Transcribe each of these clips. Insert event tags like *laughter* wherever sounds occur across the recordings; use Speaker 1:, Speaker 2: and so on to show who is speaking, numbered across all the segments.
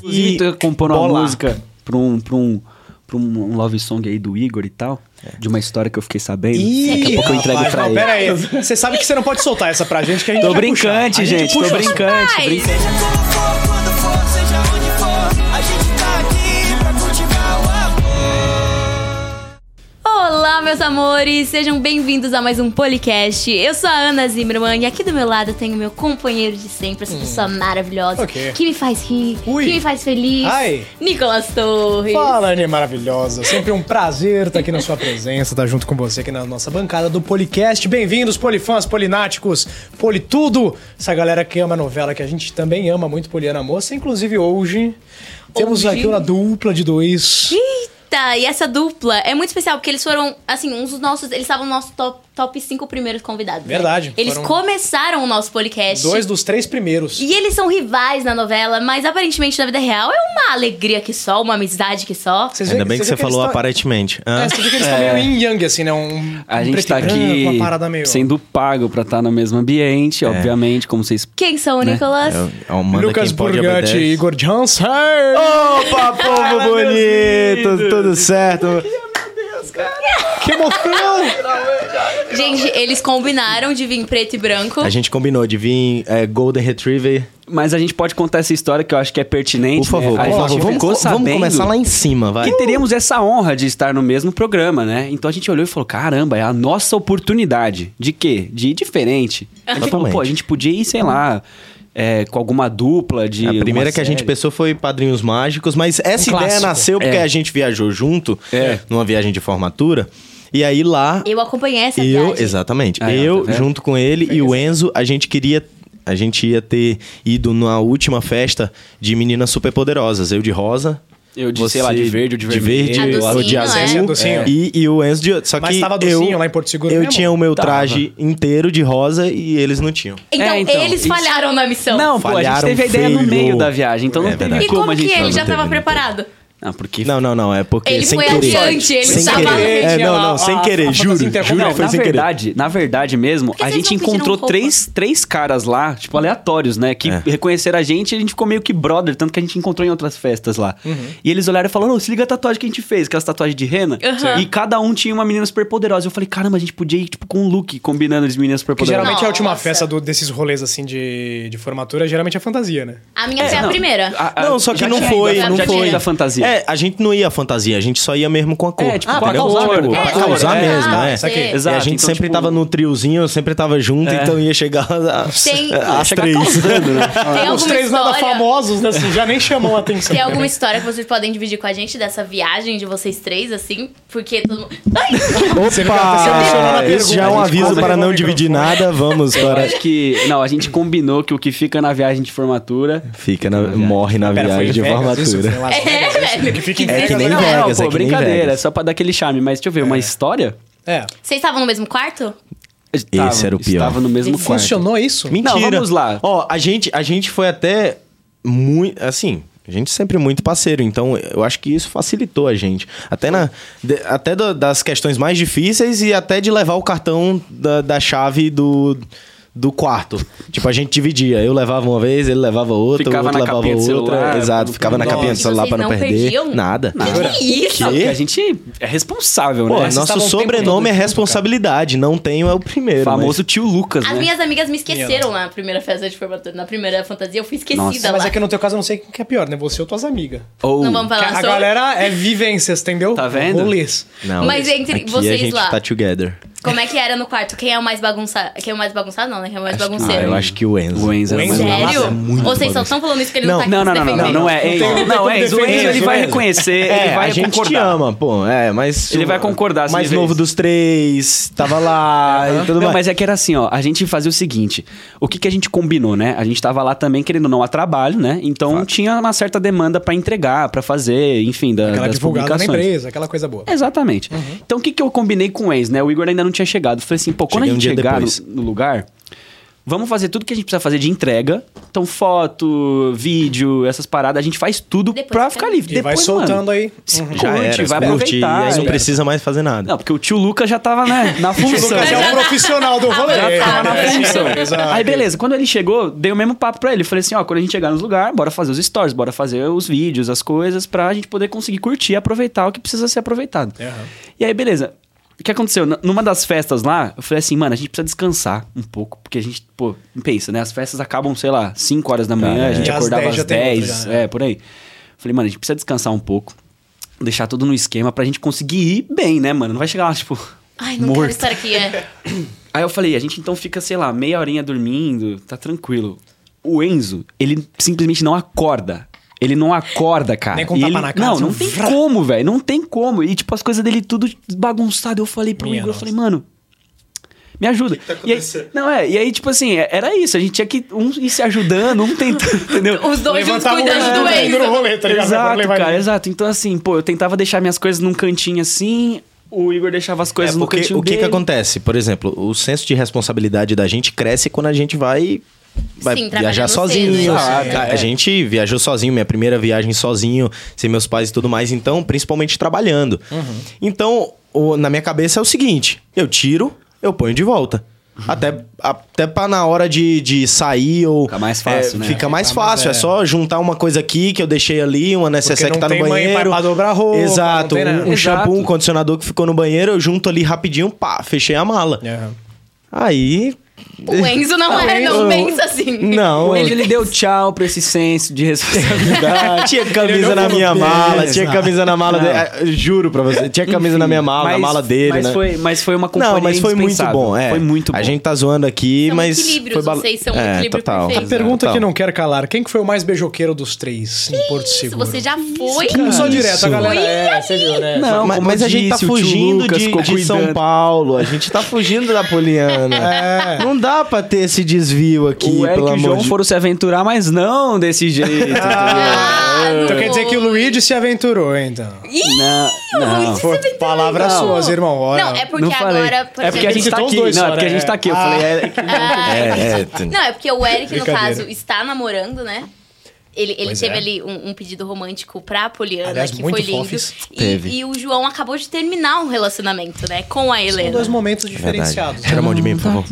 Speaker 1: Inclusive, tu compôs uma
Speaker 2: bolar.
Speaker 1: música pra um, pra, um, pra um love song aí do Igor e tal. De uma história que eu fiquei sabendo. Daqui a pouco eu entrego
Speaker 2: É. rapaz,
Speaker 1: pra
Speaker 2: não,
Speaker 1: ele.
Speaker 2: pera aí. Você sabe que você não pode soltar essa pra gente que a gente
Speaker 1: Tô
Speaker 2: vai
Speaker 1: brincante,
Speaker 2: puxar. A
Speaker 1: gente. Tô
Speaker 2: puxa o
Speaker 1: brincante.
Speaker 3: Mas-
Speaker 1: brincante.
Speaker 4: Seja como for, quando for, seja onde for, a gente tá aqui pra cultivar o amor.
Speaker 3: Olá, meus amores! Sejam bem-vindos a mais um podcast. Eu sou a Ana Zimmermann e aqui do meu lado eu tenho meu companheiro de sempre, essa pessoa maravilhosa
Speaker 2: Hum. Ok.
Speaker 3: que me faz rir,
Speaker 2: Ui.
Speaker 3: que me faz feliz,
Speaker 2: Ai.
Speaker 3: Nicolas Torres.
Speaker 2: Fala, Anne maravilhosa. Sempre um prazer estar aqui na sua presença, estar junto com você aqui na nossa bancada do Policast. Bem-vindos, polifãs, polináticos, politudo. Essa galera que ama novela, que a gente também ama muito, Poliana Moça. Inclusive, hoje, temos
Speaker 3: Hoje?
Speaker 2: aqui uma dupla de dois.
Speaker 3: Eita, e essa dupla é muito especial porque eles foram, assim, uns dos nossos. Eles estavam no nosso top, top 5 primeiros convidados. né?
Speaker 2: Verdade,
Speaker 3: Eles
Speaker 2: foram-
Speaker 3: começaram o nosso podcast.
Speaker 2: Dois dos três primeiros.
Speaker 3: E eles são rivais na novela, mas aparentemente na vida real é uma alegria que só, uma amizade que só.
Speaker 2: Vocês
Speaker 5: Ainda
Speaker 2: veem-
Speaker 5: bem que você
Speaker 2: vê eles
Speaker 5: falou
Speaker 2: tão-
Speaker 5: aparentemente. Hã?
Speaker 2: É, você vê que eles estão meio yin yang, assim, né? Um,
Speaker 1: A
Speaker 2: um
Speaker 1: gente
Speaker 2: preto
Speaker 1: tá
Speaker 2: e branco,
Speaker 1: aqui
Speaker 2: uma parada meio... É.
Speaker 1: sendo pago pra estar no mesmo ambiente, obviamente, como vocês.
Speaker 3: Quem são, Nicolas?
Speaker 5: É, o- manda
Speaker 2: Lucas
Speaker 5: quem pode,
Speaker 2: Burgatti
Speaker 5: obedece.
Speaker 2: e Igor Johnson. *laughs*
Speaker 5: Opa, povo bonito, tudo certo?
Speaker 2: Que emoção!
Speaker 3: Gente, eles combinaram de vir preto e branco.
Speaker 5: A gente combinou de vir é, Golden Retriever.
Speaker 1: Mas a gente pode contar essa história que eu acho que é pertinente.
Speaker 5: Por favor,
Speaker 1: né? a
Speaker 5: por
Speaker 1: gente
Speaker 5: favor, vamos,
Speaker 1: ficou
Speaker 5: co- vamos
Speaker 1: sabendo
Speaker 5: começar lá em cima, vai.
Speaker 1: Que teríamos essa honra de estar no mesmo programa, né? Então a gente olhou e falou: caramba, é a nossa oportunidade. De quê? De ir diferente. A gente falou,
Speaker 5: Totalmente.
Speaker 1: pô, a gente podia ir, sei lá, é, com alguma dupla de.
Speaker 5: A primeira
Speaker 1: uma
Speaker 5: que a gente
Speaker 1: série.
Speaker 5: pensou foi Padrinhos Mágicos, mas essa
Speaker 2: Um
Speaker 5: ideia
Speaker 2: clássico.
Speaker 5: nasceu porque
Speaker 1: É.
Speaker 5: a gente viajou junto
Speaker 1: É.
Speaker 5: numa viagem de formatura. E aí lá
Speaker 3: Eu acompanhei essa
Speaker 5: Eu,
Speaker 3: viagem.
Speaker 5: exatamente.
Speaker 1: Aí, ó,
Speaker 5: eu,
Speaker 1: tá vendo?
Speaker 5: junto com ele e o Enzo, a gente queria. A gente ia ter ido na última festa de meninas superpoderosas. Eu de rosa.
Speaker 1: Eu de, sei lá, de verde ou de vermelho,
Speaker 5: verde,
Speaker 3: A
Speaker 5: ou de
Speaker 3: docinho, é?
Speaker 5: azul.
Speaker 2: A docinho.
Speaker 5: E, e o Enzo de. Só
Speaker 2: Mas
Speaker 5: que
Speaker 2: tava docinho
Speaker 5: eu,
Speaker 2: lá em Porto Seguro
Speaker 5: Eu
Speaker 2: mesmo?
Speaker 5: tinha o meu
Speaker 1: Tava.
Speaker 5: traje inteiro de rosa e eles não tinham.
Speaker 3: Então,
Speaker 1: É, então,
Speaker 3: eles
Speaker 1: isso.
Speaker 3: falharam na missão.
Speaker 1: Não, pô, a gente
Speaker 5: Falharam
Speaker 1: teve a ideia no
Speaker 5: feio.
Speaker 1: meio da viagem, então não
Speaker 5: É
Speaker 1: teve
Speaker 5: verdade.
Speaker 3: E
Speaker 1: como,
Speaker 3: como,
Speaker 1: a gente
Speaker 3: que ele
Speaker 1: fazer.
Speaker 3: já
Speaker 5: não teve,
Speaker 3: tava
Speaker 5: não teve.
Speaker 3: preparado?
Speaker 1: Não, porque
Speaker 5: Não, não, não. É porque
Speaker 3: Ele
Speaker 5: sem
Speaker 3: foi
Speaker 5: querer.
Speaker 3: adiante, ele
Speaker 5: sem
Speaker 3: tava
Speaker 5: querer.
Speaker 2: lá.
Speaker 5: É, não,
Speaker 2: A-
Speaker 5: não, sem
Speaker 2: a- a
Speaker 5: querer, juro.
Speaker 2: fantasia
Speaker 5: Juro,
Speaker 1: assim, Não,
Speaker 5: foi
Speaker 1: na
Speaker 5: sem querer.
Speaker 1: verdade, na verdade mesmo,
Speaker 3: que
Speaker 1: a
Speaker 3: vocês
Speaker 1: gente
Speaker 3: não pediram
Speaker 1: encontrou
Speaker 3: roupa?
Speaker 1: três, três caras lá, tipo, aleatórios, né? Que
Speaker 5: É.
Speaker 1: reconheceram a gente e a gente ficou meio que brother, tanto que a gente encontrou em outras festas lá.
Speaker 5: Uhum.
Speaker 1: E eles olharam e falaram, "Ô, se liga a tatuagem que a gente fez, aquelas tatuagens de rena.
Speaker 3: Uhum.
Speaker 1: E cada um tinha uma menina super poderosa. Eu falei, caramba, a gente podia ir, tipo, com um look combinando as meninas super
Speaker 2: Que
Speaker 1: poderosas.
Speaker 2: geralmente é a última
Speaker 3: Nossa.
Speaker 2: festa do- desses rolês assim de, de formatura, geralmente é fantasia, né?
Speaker 3: A minha foi é a primeira.
Speaker 5: Não, só que não foi,
Speaker 3: ido,
Speaker 5: não
Speaker 1: Ah, já
Speaker 5: foi.
Speaker 1: Tinha ido a fantasia.
Speaker 5: É, a gente não ia à fantasia, a gente só ia mesmo com a cor.
Speaker 1: É, tipo, com a
Speaker 5: entendeu?
Speaker 1: cor,
Speaker 5: Tipo,
Speaker 1: com a
Speaker 5: pra
Speaker 1: cor,
Speaker 5: causar
Speaker 1: é.
Speaker 5: mesmo,
Speaker 3: Ah,
Speaker 5: é.
Speaker 3: isso aqui.
Speaker 5: E a
Speaker 1: Exato,
Speaker 5: gente
Speaker 1: então,
Speaker 5: sempre
Speaker 1: tipo- É.
Speaker 5: tava no triozinho, sempre tava junto, então ia chegar às
Speaker 3: Tem-
Speaker 5: às
Speaker 1: Chegar
Speaker 5: três. *laughs*
Speaker 1: causando, né?
Speaker 3: Tem
Speaker 2: Os
Speaker 3: alguma
Speaker 2: três nada
Speaker 3: história...
Speaker 2: famosos, né? Assim, já nem chamam a atenção.
Speaker 3: Tem alguma história que vocês podem dividir com a gente dessa viagem de vocês três, assim? Porque todo mundo... Ai!
Speaker 2: decepcionou
Speaker 5: Opa!
Speaker 2: na
Speaker 5: Esse já é
Speaker 2: pergunta,
Speaker 5: um
Speaker 2: a gente
Speaker 5: aviso
Speaker 2: quase
Speaker 5: para
Speaker 2: levou
Speaker 5: não
Speaker 2: o
Speaker 5: dividir
Speaker 2: microfone.
Speaker 5: nada, vamos
Speaker 1: Eu
Speaker 5: para...
Speaker 1: acho que. Não, a gente combinou que o que fica na viagem de formatura.
Speaker 5: Fica na, morre na
Speaker 2: Pera, foi
Speaker 5: viagem de
Speaker 2: Vegas, isso? Foi
Speaker 5: formatura.
Speaker 2: em Las Vegas?
Speaker 3: É,
Speaker 2: Que fica em
Speaker 5: É que
Speaker 2: Vegas,
Speaker 5: nem
Speaker 2: né?
Speaker 1: Não,
Speaker 5: Vegas,
Speaker 1: pô,
Speaker 5: é que nem
Speaker 1: brincadeira,
Speaker 5: Vegas.
Speaker 1: é só pra dar aquele charme. Mas deixa eu ver, uma história?
Speaker 2: É.
Speaker 3: Vocês estavam no mesmo quarto?
Speaker 1: Tava-
Speaker 5: era o pior.
Speaker 1: Estava no mesmo quarto.
Speaker 2: Funcionou isso?
Speaker 5: Mentira.
Speaker 1: Não, vamos lá.
Speaker 5: Ó, a gente, a gente foi até muito. Assim, a gente sempre muito parceiro, então eu acho que isso facilitou a gente. Até, na, de- até da- das questões mais difíceis e até de levar o cartão da, da chave do. Do quarto. Tipo, a gente dividia. Eu levava uma vez, ele levava outra,
Speaker 1: Ficava
Speaker 5: o outro
Speaker 1: na
Speaker 5: levava
Speaker 1: capinha do
Speaker 5: outra.
Speaker 1: celular,
Speaker 5: Exato, ficava na
Speaker 1: nossa.
Speaker 5: capinha do
Speaker 3: E
Speaker 5: celular
Speaker 3: vocês
Speaker 5: pra não,
Speaker 3: não
Speaker 5: perder.
Speaker 3: perdiam?
Speaker 5: Nada.
Speaker 3: Jura? Que isso?
Speaker 1: Não, porque a gente é responsável, né?
Speaker 5: Pô,
Speaker 2: Vocês
Speaker 5: nosso
Speaker 2: estavam o tempo todo
Speaker 5: sobrenome é
Speaker 2: junto, cara.
Speaker 5: responsabilidade. Não tenho é o primeiro.
Speaker 1: famoso tio Lucas,
Speaker 3: As
Speaker 1: né?
Speaker 3: minhas amigas me esqueceram na primeira festa de formatura. Na primeira fantasia, eu fui esquecida
Speaker 1: Nossa,
Speaker 3: lá.
Speaker 2: Mas é que no teu caso eu não sei quem que é pior, né? Você ou tuas amigas.
Speaker 1: Ou-
Speaker 3: Não vamos
Speaker 2: A
Speaker 3: falar sobre.
Speaker 2: galera é vivências, entendeu?
Speaker 1: Tá vendo?
Speaker 2: Rolês.
Speaker 5: Mas, não,
Speaker 3: Mas entre
Speaker 5: aqui a
Speaker 3: vocês
Speaker 5: gente
Speaker 3: lá.
Speaker 5: tá together.
Speaker 3: Como é que era no quarto? Quem é o mais bagunçado? Quem é o mais bagunçado não, né? Quem é o mais
Speaker 5: Ah,
Speaker 3: bagunceiro?
Speaker 5: eu acho que o Enzo.
Speaker 1: O Enzo era
Speaker 2: O
Speaker 1: mais
Speaker 2: Enzo?
Speaker 1: um.
Speaker 3: Sério?
Speaker 5: Nossa, é muito
Speaker 3: Ou vocês só
Speaker 5: bagunceiro.
Speaker 3: estão falando isso que ele não,
Speaker 5: Não,
Speaker 3: tá aqui
Speaker 1: Não, não,
Speaker 3: se
Speaker 1: não, não, não,
Speaker 3: defendendo?
Speaker 1: não é.
Speaker 5: um
Speaker 1: Enzo. Não, Enzo, o Enzo ele vai reconhecer, É, ele vai
Speaker 5: É, a gente te
Speaker 1: concordar.
Speaker 5: ama, pô. É, mas
Speaker 1: Ele
Speaker 5: o
Speaker 1: vai concordar, se
Speaker 5: Mais
Speaker 1: ele vê
Speaker 5: novo
Speaker 1: isso.
Speaker 5: dos três, tava lá e tudo
Speaker 1: Não,
Speaker 5: mais.
Speaker 1: mas é que era assim, ó. A gente fazia o seguinte. O que, que a gente combinou, né? A gente tava lá também, querendo ou não, a trabalho, né? Então tinha uma certa demanda pra entregar, pra fazer, enfim, da,
Speaker 2: Aquela
Speaker 1: das
Speaker 2: divulgada na
Speaker 1: publicações.
Speaker 2: empresa, aquela coisa boa.
Speaker 1: Exatamente. Então o que, que eu combinei com o Enzo, né? O Igor ainda não tinha chegado. Eu falei assim, pô, quando
Speaker 5: Cheguei
Speaker 1: a gente
Speaker 5: um dia
Speaker 1: chegar no,
Speaker 5: depois.
Speaker 1: no lugar, Vamos fazer tudo que a gente precisa fazer de entrega. Então, foto, vídeo, essas paradas, a gente faz tudo
Speaker 3: Depois
Speaker 1: pra
Speaker 3: fica
Speaker 1: ficar livre.
Speaker 2: E vai
Speaker 1: Depois,
Speaker 2: soltando
Speaker 1: mano,
Speaker 2: aí.
Speaker 1: Se
Speaker 2: Uhum.
Speaker 1: curte,
Speaker 5: Já era,
Speaker 1: vai
Speaker 5: curte,
Speaker 1: aproveitar.
Speaker 5: aí não
Speaker 1: já era.
Speaker 5: precisa mais fazer nada.
Speaker 1: Não, porque o tio Lucas já tava, né, na função.
Speaker 2: Lucas é um
Speaker 3: Já-
Speaker 2: profissional do rolê.
Speaker 3: Já
Speaker 1: tava na
Speaker 2: É,
Speaker 1: função.
Speaker 2: exato.
Speaker 1: Aí beleza, quando ele chegou, dei o mesmo papo pra ele. Falei assim, ó, quando a gente chegar nos lugares, bora fazer os stories, bora fazer os vídeos, as coisas, pra gente poder conseguir curtir e aproveitar o que precisa ser aproveitado. E aí, beleza. O que aconteceu? N- Numa das festas lá, eu falei assim, mano, a gente precisa descansar um pouco, porque a gente, pô, pensa, né? As festas acabam, sei lá, 5 horas da manhã, a gente
Speaker 2: E É, às
Speaker 1: acordava
Speaker 2: 10 já
Speaker 1: às
Speaker 2: tem outra
Speaker 1: 10,
Speaker 2: já, né?
Speaker 1: é, por aí. Falei, mano, a gente precisa descansar um pouco, deixar tudo no esquema pra gente conseguir ir bem, né, mano? Não vai chegar lá, tipo,
Speaker 3: Ai, não quero
Speaker 1: morto.
Speaker 3: estar aqui, é.
Speaker 1: Aí eu falei, a gente então fica, sei lá, meia horinha dormindo, tá tranquilo. O Enzo, ele simplesmente não acorda. Ele não acorda, cara.
Speaker 2: Nem com
Speaker 1: E
Speaker 2: tapa
Speaker 1: ele-
Speaker 2: na cara,
Speaker 1: Não,
Speaker 2: assim,
Speaker 1: não tem
Speaker 2: vrá.
Speaker 1: como, velho. Não tem como. E, tipo, as coisas dele tudo bagunçado. Eu falei pro
Speaker 2: Minha
Speaker 1: Igor,
Speaker 2: nossa.
Speaker 1: eu falei, mano, me ajuda.
Speaker 6: tá
Speaker 1: e aí,
Speaker 6: acontecendo?
Speaker 1: não, é, e aí, tipo assim, é- era isso. A gente tinha que um ir se ajudando, um
Speaker 2: *laughs*
Speaker 1: tentando, entendeu?
Speaker 3: Os dois juntos
Speaker 2: Levantar o
Speaker 3: cuidando do
Speaker 2: Enzo
Speaker 3: Enzo.
Speaker 2: no rolê, tá ligado? Vai
Speaker 1: Exato,
Speaker 2: levar
Speaker 1: cara,
Speaker 2: ele.
Speaker 1: exato. Então, assim, pô, eu tentava deixar minhas coisas num cantinho assim, o Igor deixava as coisas
Speaker 5: É,
Speaker 1: no
Speaker 5: porque
Speaker 1: cantinho
Speaker 5: o que, que
Speaker 1: dele.
Speaker 5: acontece? Por exemplo, o senso de responsabilidade da gente cresce quando a gente vai, vai
Speaker 3: Sim, trabalhando
Speaker 5: viajar
Speaker 3: cedo,
Speaker 5: sozinho.
Speaker 1: exato,
Speaker 5: Ca-
Speaker 1: é.
Speaker 5: A gente viajou sozinho, minha primeira viagem sozinho, sem meus pais e tudo mais, então, principalmente trabalhando. Então, o- na minha cabeça é o seguinte: eu tiro, eu ponho de volta. Até, até pra na hora de, de sair ou.
Speaker 1: Fica mais fácil,
Speaker 5: é,
Speaker 1: né?
Speaker 5: Fica mais
Speaker 2: Fica mais-
Speaker 5: fácil, é.
Speaker 2: é.
Speaker 5: só juntar uma coisa aqui que eu deixei ali, uma necessaire
Speaker 2: não
Speaker 5: que tá
Speaker 2: tem
Speaker 5: no
Speaker 2: mãe pra-
Speaker 5: banheiro.
Speaker 2: pra dobrar roupa,
Speaker 5: Exato,
Speaker 2: não tem nada.
Speaker 5: um, um shampoo,
Speaker 1: Exato.
Speaker 5: um condicionador que ficou no banheiro, eu junto ali rapidinho, pá, fechei a mala.
Speaker 1: É.
Speaker 2: Aham.
Speaker 5: Aí.
Speaker 3: O Enzo não é, não pensa assim.
Speaker 1: *laughs*
Speaker 5: Não,
Speaker 1: Ele, ele deu tchau pra esse senso de
Speaker 5: *laughs*
Speaker 1: responsabilidade.
Speaker 5: tinha camisa na minha mala, tinha camisa na mala dele. Ah, eu Juro pra você, tinha camisa na minha mala, na
Speaker 1: Mas-
Speaker 5: mala dele,
Speaker 1: mas
Speaker 5: né?
Speaker 1: Foi, mas foi uma companhia
Speaker 5: Não, mas foi muito
Speaker 1: indispensável.
Speaker 5: bom, é.
Speaker 1: Foi muito bom.
Speaker 5: A gente tá zoando aqui,
Speaker 3: São
Speaker 5: mas.
Speaker 3: equilíbrios,
Speaker 5: foi bala-
Speaker 3: vocês são um
Speaker 5: é,
Speaker 3: equilíbrio
Speaker 5: total.
Speaker 3: perfeito. A
Speaker 2: Pergunta
Speaker 5: Total.
Speaker 2: que
Speaker 1: é,
Speaker 2: não quero calar. Quem que foi o mais beijoqueiro dos três em Porto
Speaker 3: Se
Speaker 2: Seguro?
Speaker 3: você já foi...
Speaker 2: Só
Speaker 5: Isso.
Speaker 2: direto, a galera. É, você viu, né?
Speaker 1: Não,
Speaker 5: mas,
Speaker 1: como
Speaker 5: mas
Speaker 1: eu
Speaker 5: a gente tá
Speaker 1: disse, o tio
Speaker 5: fugindo
Speaker 1: Lucas
Speaker 5: de,
Speaker 1: ficou
Speaker 5: de São
Speaker 1: cuidando.
Speaker 5: Paulo, a gente tá fugindo da
Speaker 1: *laughs*
Speaker 5: Poliana. Não dá pra ter esse desvio aqui,
Speaker 1: É. o Eric
Speaker 5: pelo
Speaker 1: e o
Speaker 5: amor
Speaker 1: João
Speaker 5: de
Speaker 1: foram se aventurar, mas não desse *laughs* jeito.
Speaker 3: Ah,
Speaker 2: Então
Speaker 3: não.
Speaker 2: quer dizer que o Luigi se aventurou, então.
Speaker 1: não, não.
Speaker 3: Luiz, Foi
Speaker 2: palavras
Speaker 1: Não.
Speaker 2: suas, irmão. Olha.
Speaker 3: Não, é porque
Speaker 1: não falei.
Speaker 3: agora... por
Speaker 1: é porque a
Speaker 3: exemplo, Ah.
Speaker 1: gente tá
Speaker 3: tá-
Speaker 2: Citou os
Speaker 1: aqui.
Speaker 2: dois
Speaker 1: não,
Speaker 2: só,
Speaker 1: é porque a
Speaker 2: né?
Speaker 1: gente tá aqui. Eu
Speaker 2: Ah.
Speaker 1: falei, Eric,
Speaker 3: *laughs*
Speaker 5: É, é.
Speaker 3: Não, é porque o Eric, no
Speaker 2: Brincadeira.
Speaker 3: caso, está namorando, né? Ele, ele
Speaker 2: Pois
Speaker 3: teve
Speaker 2: é.
Speaker 3: ali um, um pedido romântico pra Poliana,
Speaker 2: Aliás,
Speaker 3: que
Speaker 2: muito
Speaker 3: foi lindo.
Speaker 2: fofes.
Speaker 5: Teve.
Speaker 3: E, e o João acabou de terminar um relacionamento, né? Com a
Speaker 2: São
Speaker 3: Helena.
Speaker 2: dois momentos
Speaker 5: É Verdade.
Speaker 2: diferenciados.
Speaker 5: Tira a mão de mim, por favor.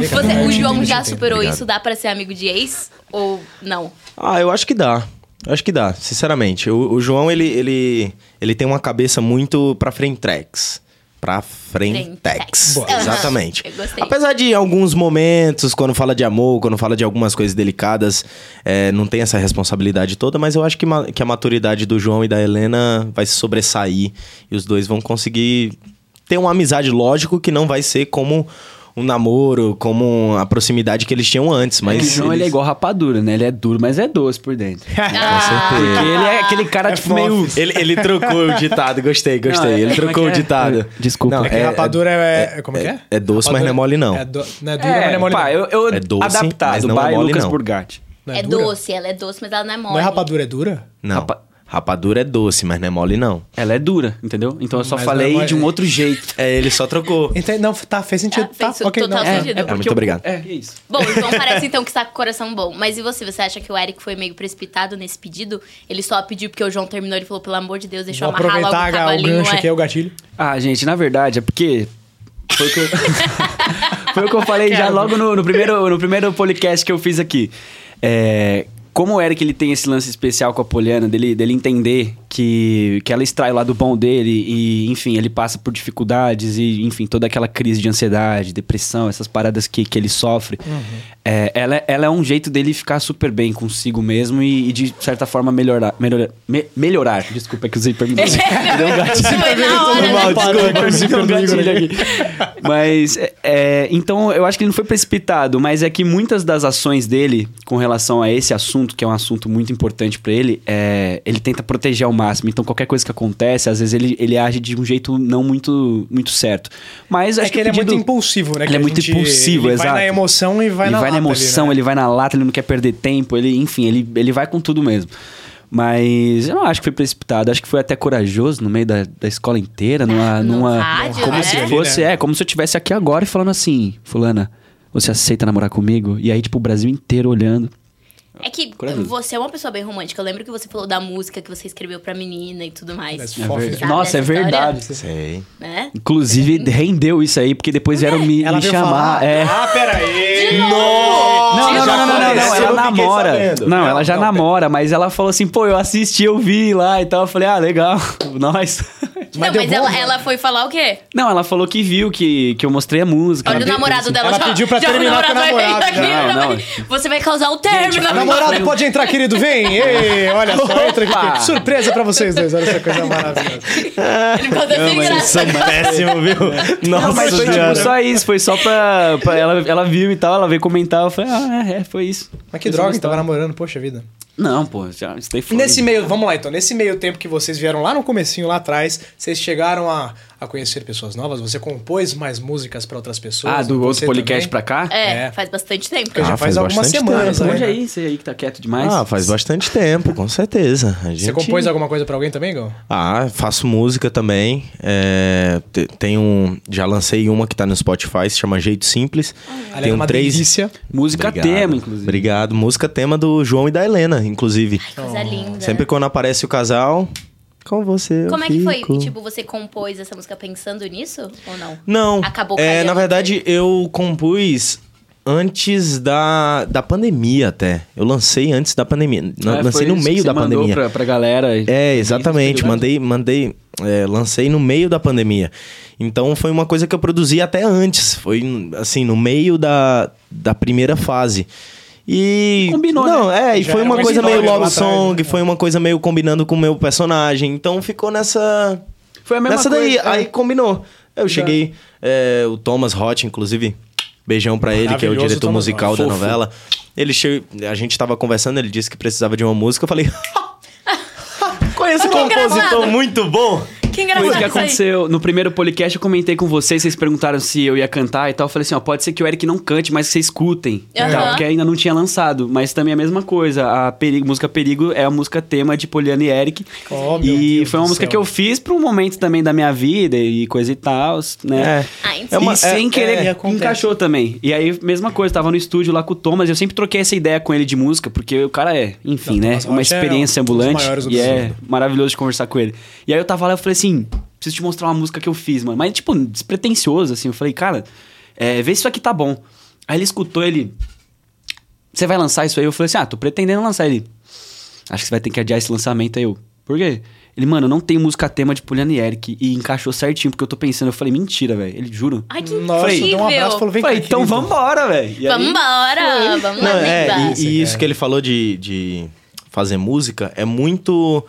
Speaker 3: Você- o João já
Speaker 2: *laughs* Entendi,
Speaker 3: superou
Speaker 5: obrigado.
Speaker 3: isso? Dá pra ser amigo de ex? Ou não?
Speaker 5: Ah, eu acho que dá. Eu acho que dá, sinceramente. O, o João, ele, ele, ele tem uma cabeça muito pra frentex. Pra
Speaker 3: Frentex.
Speaker 5: frentex.
Speaker 3: Boa.
Speaker 5: Exatamente.
Speaker 3: Aham, eu gostei.
Speaker 5: Apesar de alguns momentos, quando fala de amor, quando fala de algumas coisas delicadas, é, não tem essa responsabilidade toda, mas eu acho que, ma- que a maturidade do João e da Helena vai se sobressair. E os dois vão conseguir ter uma amizade, lógico, que não vai ser como um namoro, como a proximidade que eles tinham antes. Mas
Speaker 1: o João ele é
Speaker 5: eles-
Speaker 1: igual rapadura, né? Ele é duro, mas é doce por dentro.
Speaker 3: Ah.
Speaker 5: certeza.
Speaker 1: Porque ele é aquele cara,
Speaker 2: É
Speaker 1: tipo,
Speaker 2: fofo.
Speaker 1: meio.
Speaker 5: Ele, ele trocou o ditado, gostei, gostei.
Speaker 1: Não, é-
Speaker 5: ele
Speaker 1: como é
Speaker 5: trocou
Speaker 1: que
Speaker 5: o
Speaker 1: é?
Speaker 5: ditado.
Speaker 1: Desculpa.
Speaker 5: Não,
Speaker 2: É que rapadura é, Como é que é?
Speaker 5: é doce, mas não é mole, não.
Speaker 2: É do- não é dura, mas não
Speaker 1: É,
Speaker 2: é mole.
Speaker 1: pá,
Speaker 2: não.
Speaker 1: eu, eu
Speaker 5: É doce, mas
Speaker 1: adaptado,
Speaker 5: não é
Speaker 1: by
Speaker 5: mole,
Speaker 1: Lucas
Speaker 5: não.
Speaker 1: Burgatti.
Speaker 2: Não
Speaker 3: é
Speaker 2: dura?
Speaker 3: doce, ela é doce, mas ela não é mole.
Speaker 2: Não é rapadura, é dura?
Speaker 5: Não.
Speaker 1: Rapa-
Speaker 5: Rapadura é doce, mas não é mole, não.
Speaker 1: Ela é dura, entendeu? Então eu só
Speaker 2: Mas
Speaker 1: falei
Speaker 2: não é-
Speaker 1: de um outro jeito.
Speaker 5: É, ele só trocou.
Speaker 2: Entendi. Não, tá, fez sentido.
Speaker 3: Ah,
Speaker 2: tá,
Speaker 3: fez
Speaker 2: ok,
Speaker 3: total
Speaker 2: não.
Speaker 3: sentido. É,
Speaker 5: muito obrigado.
Speaker 1: É, é isso.
Speaker 3: Bom, o
Speaker 2: *laughs*
Speaker 3: João parece então que está com o coração bom. Mas e você? Você acha que o Eric foi meio precipitado nesse pedido? Ele só pediu porque o João terminou e falou, pelo amor de Deus, deixa
Speaker 2: Vou
Speaker 3: eu amarrar logo o
Speaker 2: aproveitar a- o
Speaker 3: cavalinho.
Speaker 2: gancho
Speaker 3: é.
Speaker 2: aqui, é o gatilho.
Speaker 1: Ah, gente, na verdade, é porque. Foi o que eu, Foi o que eu falei já logo no, no primeiro, no primeiro podcast que eu fiz aqui. É, como o Eric ele tem esse lance especial com a Poliana, dele, dele entender que, que ela extrai lá do bom dele e, enfim, ele passa por dificuldades e, enfim, toda aquela crise de ansiedade, depressão, essas paradas que, que ele sofre.
Speaker 3: Uhum.
Speaker 1: É, ela, ela é um jeito dele ficar super bem consigo mesmo e, e de certa forma, melhorar. Melhorar. me- melhorar. Desculpa, é que eu usei
Speaker 3: *laughs*
Speaker 1: pergunta. Deu um gatilho.
Speaker 3: Foi na hora, né?
Speaker 5: mal, desculpa,
Speaker 1: Foi
Speaker 5: desculpa,
Speaker 1: um gatilho aqui. Mas, é, é, então, eu acho que ele não foi precipitado, mas é que muitas das ações dele com relação a esse assunto, que é um assunto muito importante pra ele, é, ele tenta proteger ao máximo. Então, qualquer coisa que acontece, às vezes ele, ele age de um jeito não muito, muito certo. Mas
Speaker 2: É
Speaker 1: acho
Speaker 2: que ele
Speaker 1: o pedido-
Speaker 2: é muito impulsivo, né?
Speaker 1: Ele
Speaker 2: que
Speaker 1: é
Speaker 2: a
Speaker 1: muito
Speaker 2: gente-
Speaker 1: impulsivo,
Speaker 2: ele
Speaker 1: exato.
Speaker 2: Vai na emoção e vai
Speaker 1: ele
Speaker 2: na
Speaker 1: vai na
Speaker 2: lata ali,
Speaker 1: emoção,
Speaker 2: né?
Speaker 1: ele vai na lata, ele não quer perder tempo, ele, enfim, ele, ele vai com tudo mesmo. Mas eu não acho que foi precipitado, acho que foi até corajoso no meio da, da escola inteira, numa.
Speaker 3: É, no
Speaker 1: numa
Speaker 3: rádio,
Speaker 1: como
Speaker 3: né?
Speaker 1: se fosse, é, como se eu estivesse aqui agora e falando assim, fulana. Você aceita namorar comigo? E aí, tipo, o Brasil inteiro olhando.
Speaker 3: É que
Speaker 1: Curioso.
Speaker 3: você é uma pessoa bem romântica. Eu lembro que você falou da música que você escreveu pra menina e tudo mais.
Speaker 2: Mas
Speaker 1: É
Speaker 2: Fofa.
Speaker 1: verdade.
Speaker 3: Sabe
Speaker 1: Nossa, é
Speaker 3: dessa história?
Speaker 1: verdade.
Speaker 5: Sei.
Speaker 3: Né?
Speaker 1: Inclusive, rendeu isso aí, porque depois vieram me,
Speaker 2: Ela
Speaker 1: me
Speaker 2: veio
Speaker 1: chamar.
Speaker 2: falar?
Speaker 1: É.
Speaker 2: Ah, peraí.
Speaker 1: Não,
Speaker 5: Nossa!
Speaker 1: não, não,
Speaker 5: Já
Speaker 1: não, não, não, ela
Speaker 5: aconteceu, eu fiquei
Speaker 1: namora.
Speaker 5: sabendo.
Speaker 1: Não, ela já namora, mas ela falou assim, pô, eu assisti, eu vi lá e tal. Eu falei, ah, legal, *laughs* nós.
Speaker 3: não,
Speaker 2: deu
Speaker 3: mas
Speaker 2: bom,
Speaker 3: ela,
Speaker 2: né?
Speaker 3: ela foi falar o quê?
Speaker 1: Não, ela falou que viu, que, que eu mostrei a música.
Speaker 3: Olha o
Speaker 1: Ela-
Speaker 3: namorado dela.
Speaker 2: ela
Speaker 3: já,
Speaker 2: pediu pra
Speaker 3: já o
Speaker 2: terminar com o
Speaker 3: namorado
Speaker 2: namorado,
Speaker 3: aí,
Speaker 1: né?
Speaker 3: aqui,
Speaker 1: Não,
Speaker 3: vai- Você vai causar o término.
Speaker 2: Namorado, pode entrar, querido, vem! Ei, olha só, entra aqui.
Speaker 1: Opa!
Speaker 2: Que surpresa pra vocês dois, olha essa coisa maravilhosa.
Speaker 3: Ele pode ser
Speaker 5: Vocês *laughs*
Speaker 3: engraçado.
Speaker 5: são péssimos, viu?
Speaker 1: Não, mas
Speaker 5: Nossa
Speaker 1: foi tipo,
Speaker 5: senhora.
Speaker 1: só isso, foi só pra. pra ela, ela viu e tal, ela veio comentar, eu falei, ah, é, é, foi isso.
Speaker 2: Mas que
Speaker 1: Essa é
Speaker 2: droga,
Speaker 1: a
Speaker 2: que tava
Speaker 1: história.
Speaker 2: namorando, poxa vida.
Speaker 1: Não, pô, já estei fora.
Speaker 2: Nesse meio, vamos lá então, nesse meio tempo que vocês vieram lá no comecinho, lá atrás, vocês chegaram a, a conhecer pessoas novas, você compôs mais músicas pra outras pessoas.
Speaker 1: Ah, do outro
Speaker 2: você
Speaker 1: podcast
Speaker 2: também?
Speaker 1: pra cá?
Speaker 3: É,
Speaker 2: É.
Speaker 3: faz bastante tempo.
Speaker 2: Porque já
Speaker 5: Ah,
Speaker 2: faz
Speaker 5: faz
Speaker 2: algumas
Speaker 5: bastante
Speaker 2: semanas,
Speaker 5: tempo,
Speaker 2: né?
Speaker 1: Hoje aí, você aí que tá quieto demais.
Speaker 5: Ah, faz bastante tempo, com certeza. A
Speaker 2: Você
Speaker 5: gente-
Speaker 2: compôs alguma coisa pra alguém também, Igor?
Speaker 5: Ah, faço música também. É, te- tem um, já lancei uma que tá no Spotify, se chama Jeito Simples.
Speaker 2: Aliás,
Speaker 5: tem
Speaker 2: é uma
Speaker 5: um três.
Speaker 2: delícia.
Speaker 1: Música
Speaker 5: Obrigado,
Speaker 1: tema, inclusive.
Speaker 5: Obrigado. Música tema do João e da Helena, inclusive.
Speaker 3: Coisa linda.
Speaker 5: Sempre quando aparece o casal, com você. eu
Speaker 3: Né? Como é que foi?
Speaker 5: fico.
Speaker 3: Tipo, você compôs essa música pensando nisso ou não?
Speaker 5: Não.
Speaker 3: Acabou
Speaker 5: É,
Speaker 3: calhando,
Speaker 5: na verdade, eu compus antes da, da pandemia até. Eu lancei antes da pandemia.
Speaker 1: É, foi
Speaker 5: lancei no
Speaker 1: isso
Speaker 5: meio
Speaker 1: que
Speaker 5: da
Speaker 1: você mandou
Speaker 5: pandemia.
Speaker 1: Pra, pra galera.
Speaker 5: É, exatamente.
Speaker 1: Isso,
Speaker 5: Mandei, mandei, é, lancei no meio da pandemia. Então foi uma coisa que eu produzi até antes. Foi assim, no meio da, da primeira fase. E.
Speaker 1: Combinou,
Speaker 5: Não, é, e
Speaker 2: Já
Speaker 5: foi
Speaker 2: era
Speaker 5: uma
Speaker 2: uma
Speaker 5: coisa
Speaker 2: história
Speaker 5: meio
Speaker 2: lá
Speaker 5: love
Speaker 2: atrás,
Speaker 5: song,
Speaker 2: né?
Speaker 5: foi uma coisa meio combinando com o meu personagem. Então ficou nessa.
Speaker 1: Foi a mesma
Speaker 5: nessa
Speaker 1: coisa.
Speaker 5: daí.
Speaker 1: é.
Speaker 5: Aí combinou. Eu cheguei, é, o Thomas Hot, inclusive. Beijão pra ele, que é o
Speaker 2: Maravilhoso
Speaker 5: diretor
Speaker 2: Thomas
Speaker 5: musical
Speaker 2: Roth.
Speaker 5: da
Speaker 2: Fofo.
Speaker 5: novela. Ele che... A gente tava conversando, ele disse que precisava de uma música. Eu falei, *laughs* Conheço um compositor
Speaker 3: engraçado.
Speaker 5: muito bom.
Speaker 3: Que
Speaker 1: Foi
Speaker 3: engraçado
Speaker 1: isso que
Speaker 3: isso aí.
Speaker 1: aconteceu. No primeiro podcast eu comentei com vocês, vocês perguntaram se eu ia cantar e tal. Eu falei assim, ó, pode ser que o Eric não cante, mas que vocês escutem. e
Speaker 3: Aham.
Speaker 1: tal, porque ainda não tinha lançado. Mas também é a mesma coisa. A Perigo- música Perigo é a música tema de Poliana e Eric.
Speaker 2: Oh, meu
Speaker 1: e
Speaker 2: Deus
Speaker 1: foi uma
Speaker 2: do
Speaker 1: música
Speaker 2: céu.
Speaker 1: que eu fiz pra um momento também da minha vida e coisa e tal, né?
Speaker 3: Ah, então.
Speaker 5: É uma-
Speaker 1: e sem
Speaker 5: é-
Speaker 1: querer
Speaker 5: é,
Speaker 2: acontece.
Speaker 1: encaixou também. E aí, mesma coisa, tava no estúdio lá com o Thomas, eu sempre troquei essa ideia com ele de música, porque o cara é, enfim,
Speaker 2: Não,
Speaker 1: né?
Speaker 2: Thomas
Speaker 1: Uma
Speaker 2: Rocha é
Speaker 1: experiência
Speaker 2: um dos
Speaker 1: ambulante.
Speaker 2: maiores
Speaker 1: E
Speaker 2: absurdos.
Speaker 1: é maravilhoso de conversar com ele. E aí eu tava lá e falei assim: preciso te mostrar uma música que eu fiz, mano. Mas, tipo, despretensioso, assim. Eu falei, cara, é, vê se isso aqui tá bom. Aí ele escutou, ele. Você vai lançar isso aí? Eu falei assim: ah, tô pretendendo lançar ele. Acho que você vai ter que adiar esse lançamento aí. Eu, por quê? Ele, mano, não tem música tema de Poliana e Eric. E encaixou certinho, porque eu tô pensando. Eu falei, mentira, velho. Ele, juro.
Speaker 3: Ai, que
Speaker 2: Nossa,
Speaker 1: Falei,
Speaker 2: deu um abraço e
Speaker 3: incrível.
Speaker 2: falou, vem
Speaker 1: falei,
Speaker 2: cá,
Speaker 1: então
Speaker 2: querido.
Speaker 1: vambora, velho. E aí-
Speaker 3: Vambora, vamos lá,
Speaker 5: Não, é,
Speaker 3: linda.
Speaker 5: e, e isso que ele falou de, de fazer música é muito.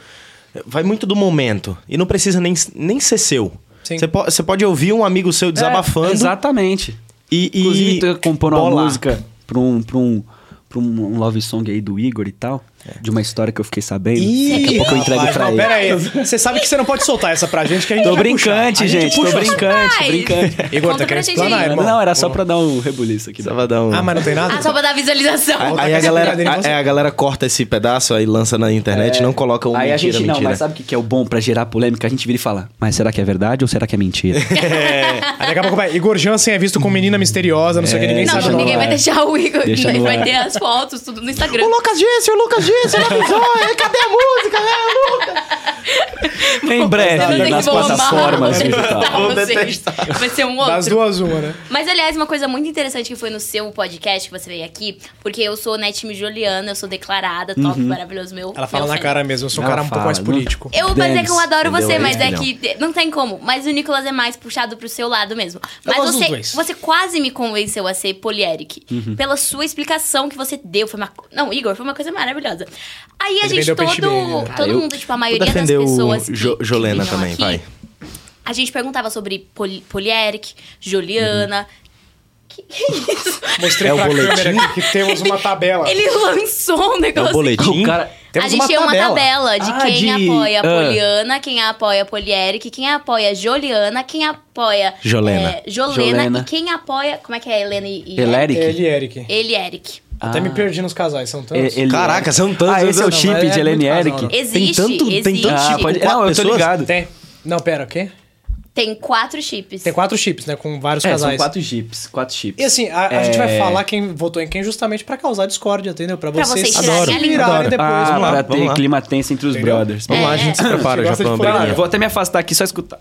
Speaker 5: Vai muito do momento. E não precisa nem, nem ser seu.
Speaker 2: Sim.
Speaker 5: Você po- você pode ouvir um amigo seu desabafando.
Speaker 1: Exatamente.
Speaker 5: E, e
Speaker 1: É, Inclusive, tu compondo uma
Speaker 5: bolar.
Speaker 1: música pra um, pra, um, pra um um love song aí do Igor e tal. De uma história que eu fiquei sabendo. Daqui a pouco eu entrego
Speaker 2: rapaz,
Speaker 1: pra
Speaker 2: não,
Speaker 1: ele.
Speaker 2: Pera aí, você sabe que você não pode soltar essa pra gente, que a gente
Speaker 1: Tô
Speaker 2: vai
Speaker 1: brincante,
Speaker 2: puxar. A
Speaker 1: gente. Tô
Speaker 2: puxa o assunto.
Speaker 1: brincante,
Speaker 3: Ai,
Speaker 1: brincante.
Speaker 2: Igor,
Speaker 3: Conta
Speaker 2: tá querendo
Speaker 3: pra gente
Speaker 2: explanar,
Speaker 3: aí.
Speaker 2: *laughs* irmão?
Speaker 1: Não, era só
Speaker 2: Pô.
Speaker 1: pra dar um rebuliço aqui.
Speaker 5: Precisava dar um-
Speaker 2: Ah, mas não tem nada?
Speaker 3: Ah, só pra dar visualização.
Speaker 5: Aí-
Speaker 2: Volta
Speaker 5: Aí
Speaker 2: com
Speaker 5: a
Speaker 2: essa
Speaker 5: galera,
Speaker 2: piada em
Speaker 5: a-
Speaker 2: você.
Speaker 5: aí a galera corta esse pedaço aí lança na internet, não coloca um
Speaker 1: É. Aí
Speaker 5: mentira,
Speaker 1: a gente não,
Speaker 5: mentira.
Speaker 1: mas sabe o que que é o bom pra gerar polêmica? A gente vira e fala, mas será que é verdade ou será que é
Speaker 2: *laughs*
Speaker 1: mentira?
Speaker 2: Aí daqui a pouco vai. Igor Jansen é visto como menina misteriosa, não sei o que, ninguém
Speaker 3: Não,
Speaker 2: sabe o
Speaker 3: não,
Speaker 2: nome.
Speaker 3: ninguém vai deixar o Igor.
Speaker 1: Deixa
Speaker 3: mas
Speaker 1: no
Speaker 3: vai
Speaker 1: ar.
Speaker 3: ter as fotos, tudo no Instagram.
Speaker 5: Lucas disse, o Lucas disse, ele avisou, aí, cadê a música? É, Lucas.
Speaker 2: É
Speaker 1: em
Speaker 3: Vocês
Speaker 1: breve, né, nas
Speaker 3: vão ter que bombar, Tá,
Speaker 1: plataformas
Speaker 3: vocês
Speaker 2: *laughs*
Speaker 1: digitais.
Speaker 3: vão
Speaker 5: Vou
Speaker 3: ser-
Speaker 5: detestar.
Speaker 3: Vai ser um
Speaker 2: Das
Speaker 3: outro.
Speaker 2: duas, uma, né?
Speaker 3: Mas, aliás, uma coisa muito interessante que foi no seu podcast que você veio aqui, porque eu sou, né, time Juliana, eu sou declarada, top, maravilhoso, meu.
Speaker 2: Uhum. Ela fala
Speaker 3: meu
Speaker 2: na
Speaker 3: sangue.
Speaker 2: cara mesmo, eu sou um
Speaker 1: Ela
Speaker 2: cara um pouco
Speaker 1: fala,
Speaker 2: mais
Speaker 1: não- É
Speaker 2: político.
Speaker 3: Eu vou dizer
Speaker 1: Denis,
Speaker 3: que eu adoro
Speaker 5: entendeu?
Speaker 3: você, mas é
Speaker 5: Entendeu?
Speaker 3: que não tem como. Mas o Nicolas é mais puxado pro seu lado mesmo. Mas
Speaker 2: gosto dos
Speaker 3: você,
Speaker 2: dois. Uhum.
Speaker 3: você quase me convenceu a ser polieric. Pela sua explicação que você deu. Foi uma... co- Não, Igor, foi uma coisa maravilhosa. Aí a
Speaker 2: Ele
Speaker 3: gente,
Speaker 2: vendeu
Speaker 3: todo,
Speaker 2: peixe bem, né?
Speaker 3: todo
Speaker 5: eu
Speaker 3: mundo, tipo, a
Speaker 5: um- Vou
Speaker 3: maioria das
Speaker 5: defender o
Speaker 3: pessoas. que-
Speaker 5: Jo-
Speaker 3: que
Speaker 5: Jolena
Speaker 3: vinham
Speaker 5: também,
Speaker 3: aqui,
Speaker 5: vai.
Speaker 3: A gente perguntava sobre poli polieric, Juliana.
Speaker 2: Uhum.
Speaker 3: Que, que é isso?
Speaker 2: Mostrei
Speaker 5: É o
Speaker 2: pra
Speaker 5: boletim?
Speaker 2: câmera aqui que temos uma tabela.
Speaker 3: Ele lançou um negócio.
Speaker 5: É o boletim.
Speaker 1: O cara...
Speaker 3: a
Speaker 5: Temos
Speaker 3: gente
Speaker 5: uma
Speaker 3: tem uma tabela
Speaker 5: tabela.
Speaker 3: de
Speaker 1: Ah,
Speaker 3: quem
Speaker 1: de-
Speaker 3: apoia a
Speaker 1: ah.
Speaker 3: Poliana, quem apoia a Polieric, quem apoia a Joliana, quem apoia
Speaker 5: Jolena.
Speaker 3: é, Jolena,
Speaker 1: Jolena.
Speaker 3: e quem apoia. Como é que é Helena e. e
Speaker 1: Eleric?
Speaker 2: Ele é e Eric.
Speaker 3: Ele, Eric.
Speaker 2: Até me perdi nos casais, são tantos.
Speaker 1: E- Ah. Ele- é-
Speaker 5: Caraca, são tantos.
Speaker 1: Ah, esse é o
Speaker 5: Não,
Speaker 1: chip
Speaker 2: mas é
Speaker 1: de Helene
Speaker 2: muito
Speaker 1: Eric.
Speaker 2: casal,
Speaker 3: Existe.
Speaker 5: tanto- tem
Speaker 3: existe.
Speaker 5: tanto
Speaker 1: Ah,
Speaker 5: tipo-
Speaker 1: pode...
Speaker 5: quatro
Speaker 1: Não, eu tô
Speaker 5: pessoas?
Speaker 1: ligado.
Speaker 2: Tem. Não, pera, o quê?
Speaker 3: Tem quatro chips.
Speaker 2: Tem quatro chips, né? Com vários
Speaker 1: É, são
Speaker 2: casais.
Speaker 1: quatro chips, quatro chips.
Speaker 2: E assim, a, a gente vai
Speaker 1: É.
Speaker 2: falar quem votou em quem justamente pra causar discórdia, entendeu? Pra
Speaker 3: Pra
Speaker 2: vocês,
Speaker 3: vocês
Speaker 2: se
Speaker 3: tirarem a língua.
Speaker 2: virarem
Speaker 5: Adoro.
Speaker 2: depois.
Speaker 1: ah,
Speaker 5: vamos lá,
Speaker 1: pra
Speaker 5: vamos
Speaker 1: ter
Speaker 5: lá.
Speaker 1: clima tensa entre os brothers.
Speaker 5: Vamos lá, a gente se prepara
Speaker 2: Você
Speaker 5: já um
Speaker 2: gosta
Speaker 5: pra
Speaker 2: de
Speaker 5: uma
Speaker 2: falar,
Speaker 1: Claro,
Speaker 5: briguinha.
Speaker 1: vou até me afastar aqui só escutar.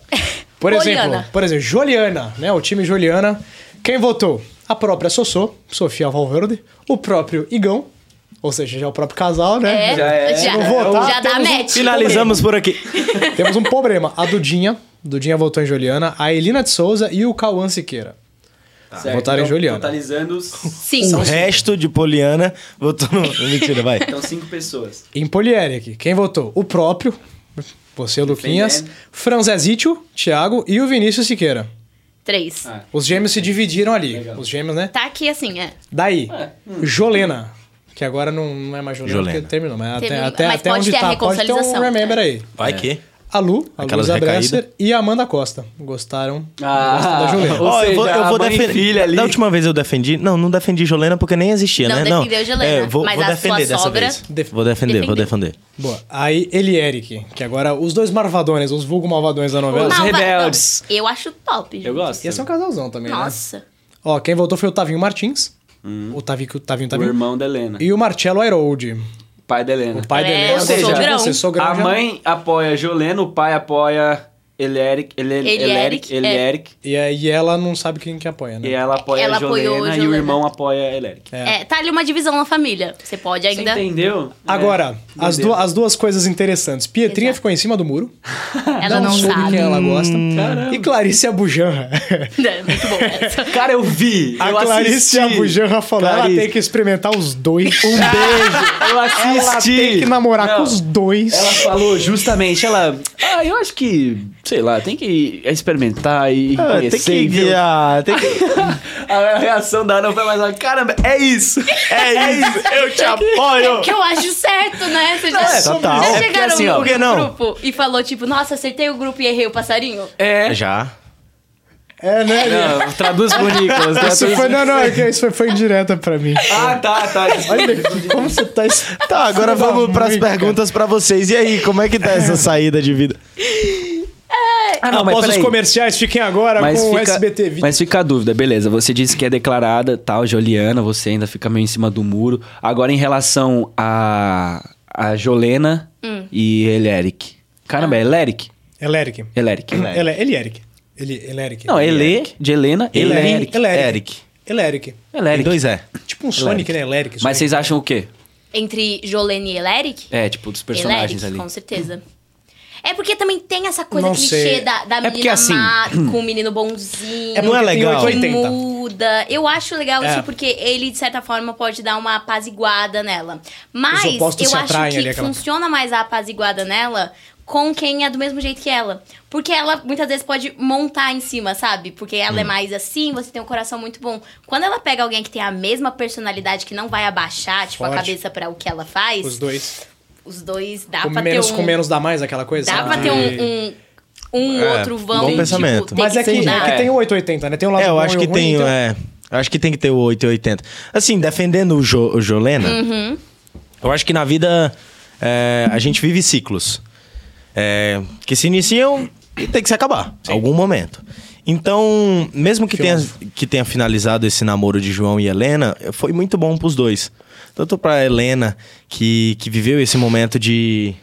Speaker 2: Por
Speaker 3: Poliana.
Speaker 2: exemplo, por exemplo, Juliana, né? O time Juliana. Quem votou? A própria Sossô, Sofia Valverde, o próprio Igão, ou seja, já é o próprio casal, né?
Speaker 3: É, já,
Speaker 1: Já é.
Speaker 3: já,
Speaker 2: Vou votar,
Speaker 3: dá
Speaker 2: temos um
Speaker 3: match.
Speaker 5: Finalizamos por aqui.
Speaker 2: Temos um problema. A Dudinha, Dudinha votou em Juliana, a Elina de Souza e o Cauã Siqueira.
Speaker 1: Certo,
Speaker 2: Votaram em
Speaker 1: então,
Speaker 2: Juliana.
Speaker 1: Totalizando,
Speaker 5: O
Speaker 3: Cinco.
Speaker 5: resto de Poliana votou no... Mentira, vai.
Speaker 1: então, cinco pessoas.
Speaker 2: Em Polieri aqui. Quem votou? O próprio, você, Luquinhas, Franzezitio, Thiago e o Vinícius Siqueira.
Speaker 3: Três.
Speaker 1: Ah.
Speaker 2: Os gêmeos se dividiram ali.
Speaker 1: Legal.
Speaker 2: Os gêmeos, né?
Speaker 3: Tá aqui assim, é. Hum.
Speaker 2: Daí,
Speaker 1: É.
Speaker 2: Jolena. Que agora não, não é mais Jolena,
Speaker 5: Jolena.
Speaker 2: porque terminou. Mas até,
Speaker 3: Terminou.
Speaker 2: até,
Speaker 3: Mas
Speaker 2: até
Speaker 3: pode
Speaker 2: onde
Speaker 3: ter a
Speaker 2: tá, pode ter um
Speaker 3: reconciliação.
Speaker 2: remember aí.
Speaker 5: Vai que...
Speaker 2: A Lu, a
Speaker 5: Aquelas
Speaker 2: Luísa
Speaker 5: recaídas.
Speaker 2: Bresser e a Amanda Costa. Gostaram,
Speaker 1: Ah,
Speaker 2: gostam da Jolena.
Speaker 1: Ou
Speaker 5: Ó,
Speaker 1: seja,
Speaker 5: eu vou, eu
Speaker 1: a
Speaker 5: vou
Speaker 1: mãe e
Speaker 5: defender.
Speaker 1: filha ali.
Speaker 5: Da última vez eu defendi. Não, não defendi Jolena porque nem existia,
Speaker 3: Não
Speaker 5: né?
Speaker 3: defendeu Jolena,
Speaker 5: é, vou,
Speaker 3: mas
Speaker 5: vou
Speaker 3: a
Speaker 5: defender
Speaker 3: sua
Speaker 5: dessa
Speaker 3: sogra
Speaker 5: vez.
Speaker 2: def-
Speaker 5: Vou defender, vou defender.
Speaker 2: Boa. Aí ele e Eric, que agora os dois marvadones, os vulgo malvadões da novela.
Speaker 1: Os
Speaker 3: Não, vai-
Speaker 1: rebeldes.
Speaker 3: não, eu acho top, gente.
Speaker 1: Eu gosto.
Speaker 2: Ia ser um casalzão também, né?
Speaker 3: Nossa.
Speaker 2: Ó, quem voltou foi o Tavinho Martins. O Tavinho, o Tavinho,
Speaker 1: Hum. O
Speaker 2: Tavinho.
Speaker 1: irmão da Helena.
Speaker 2: E o Marcelo Airoldi.
Speaker 1: pai da Helena.
Speaker 2: O pai
Speaker 3: É,
Speaker 2: dele né?
Speaker 1: ou seja,
Speaker 2: já
Speaker 3: sogrão.
Speaker 2: processou
Speaker 1: a
Speaker 2: grande-
Speaker 1: mãe apoia Jolena, o pai apoia Eleric, Ele-
Speaker 3: Ele-
Speaker 1: Eleric,
Speaker 3: Eric,
Speaker 1: Eleric,
Speaker 2: E aí ela não sabe quem que apoia, né?
Speaker 1: e ela apoia
Speaker 3: Ela apoiou
Speaker 1: Jolena e o
Speaker 3: Jolena.
Speaker 1: irmão apoia Eleric.
Speaker 2: É.
Speaker 3: É. tá ali uma divisão na família. Você pode
Speaker 1: Você
Speaker 3: ainda.
Speaker 1: entendeu?
Speaker 2: Agora,
Speaker 1: É,
Speaker 2: as,
Speaker 1: doideira.
Speaker 2: du- as duas coisas interessantes. Pietrinha
Speaker 3: Exato.
Speaker 2: ficou em cima do muro.
Speaker 3: Ela não,
Speaker 2: soube
Speaker 3: sabe.
Speaker 2: quem ela gosta.
Speaker 1: Caramba.
Speaker 2: E Clarice Abujanra.
Speaker 3: *laughs* É, muito bom essa.
Speaker 1: Cara, eu vi!
Speaker 2: A
Speaker 1: eu
Speaker 2: Clarice
Speaker 1: assisti.
Speaker 2: Abujanra falou, ela
Speaker 1: Clarice.
Speaker 2: tem que experimentar
Speaker 1: *laughs*
Speaker 2: os dois.
Speaker 1: Um beijo! Eu
Speaker 2: Ela
Speaker 1: assisti!
Speaker 2: tem que namorar
Speaker 1: Não,
Speaker 2: com os dois.
Speaker 1: Ela falou justamente, ela... Ah, eu acho que, sei lá, tem que experimentar e
Speaker 5: Ah, tem
Speaker 1: conhecer.
Speaker 5: que.
Speaker 1: viu?
Speaker 5: ah, tem que-
Speaker 1: *laughs*
Speaker 5: *laughs*
Speaker 1: A reação da Ana foi mais uma, caramba, é isso! *laughs* É isso! Eu te apoio!
Speaker 3: *laughs* Que eu acho certo, né? Você já,
Speaker 1: Não, é
Speaker 3: já
Speaker 5: total. É
Speaker 1: porque
Speaker 3: chegaram
Speaker 1: assim,
Speaker 3: no
Speaker 1: ó,
Speaker 5: por que não?
Speaker 3: grupo e falou, tipo, nossa, acertei o grupo e errei o passarinho.
Speaker 1: É.
Speaker 5: *laughs* Já.
Speaker 2: É, né?
Speaker 1: Não, traduz *laughs* bonito.
Speaker 2: Isso foi, não, não, é que isso foi, foi indireta pra mim.
Speaker 1: Ah, tá, tá.
Speaker 2: Olha aqui, como você tá... es-
Speaker 5: Tá, agora
Speaker 2: Filho da
Speaker 5: vamos pras
Speaker 2: mãe,
Speaker 5: perguntas pra vocês. E aí, como é que tá essa saída de vida?
Speaker 1: Ah, não, mas
Speaker 2: Após os
Speaker 1: peraí.
Speaker 2: comerciais, fiquem agora
Speaker 1: Mas
Speaker 2: com o
Speaker 1: fica,
Speaker 2: SBT 20.
Speaker 1: mas fica a dúvida, beleza. Você disse que é declarada, tal, Joliana, você ainda fica meio em cima do muro. Agora, em relação a, a Jolena e Eleric. Caramba, é Eleric?
Speaker 2: Eleric.
Speaker 1: Eleric.
Speaker 2: Ele, ele é Eric. Ele, ele é Eric.
Speaker 1: é né? Não, Ele, é de Helena, Eleric.
Speaker 2: Ele- Eleric.
Speaker 5: Eric.
Speaker 2: Ele é Eric.
Speaker 1: Eleric.
Speaker 5: Dois é.
Speaker 2: Tipo um Sonic, né? Eleric.
Speaker 1: Mas
Speaker 2: Sonic.
Speaker 1: vocês acham o quê?
Speaker 3: Entre Jolene e Eleric?
Speaker 1: É, tipo, dos personagens
Speaker 3: Eleric,
Speaker 1: ali. *laughs*
Speaker 3: com certeza. É porque também tem essa coisa
Speaker 2: Não
Speaker 3: clichê
Speaker 2: sei.
Speaker 3: da, da
Speaker 1: É porque
Speaker 3: menina
Speaker 1: assim-
Speaker 2: *clears throat*
Speaker 3: má com o menino bonzinho.
Speaker 5: Não é
Speaker 2: porque tem
Speaker 5: legal.
Speaker 2: 880.
Speaker 3: muda. Eu acho legal
Speaker 2: É.
Speaker 3: isso porque ele, de certa forma, pode dar uma apaziguada nela. Mas
Speaker 2: Os opostos
Speaker 3: eu
Speaker 2: se
Speaker 3: acho
Speaker 2: atraem
Speaker 3: que
Speaker 2: ali, aquela-
Speaker 3: funciona mais a apaziguada nela com quem é do mesmo jeito que ela. Porque ela muitas vezes pode montar em cima, sabe? Porque ela
Speaker 2: Hum.
Speaker 3: é mais assim, você tem um coração muito bom. Quando ela pega alguém que tem a mesma personalidade, que não vai abaixar, tipo, a
Speaker 2: Forte.
Speaker 3: cabeça pra o que ela faz,
Speaker 2: Os dois.
Speaker 3: os dois dá
Speaker 2: Com
Speaker 3: pra
Speaker 2: menos
Speaker 3: ter um.
Speaker 2: com menos dá mais, aquela coisa. Ah.
Speaker 3: Dá
Speaker 2: sabe?
Speaker 3: pra ter um, um, um
Speaker 5: É,
Speaker 3: outro vão.
Speaker 5: bom
Speaker 3: tipo,
Speaker 5: pensamento.
Speaker 3: tem
Speaker 2: Mas é que,
Speaker 3: mudar.
Speaker 2: é que tem o 880, né? Tem um lado
Speaker 5: É, eu
Speaker 2: bom
Speaker 5: acho
Speaker 2: e o
Speaker 5: que
Speaker 2: ruim,
Speaker 5: tem.
Speaker 2: então-
Speaker 5: É, eu acho que tem que ter o 8 e 80. Assim, defendendo o, Jo- o Jolena, eu acho que na vida é, a gente vive ciclos. é, que se iniciam e tem que se acabar. em Algum momento. Então, mesmo que tenha, que tenha finalizado esse namoro de João e Helena, foi muito bom pros dois. Tanto pra Helena, que, que viveu esse momento de.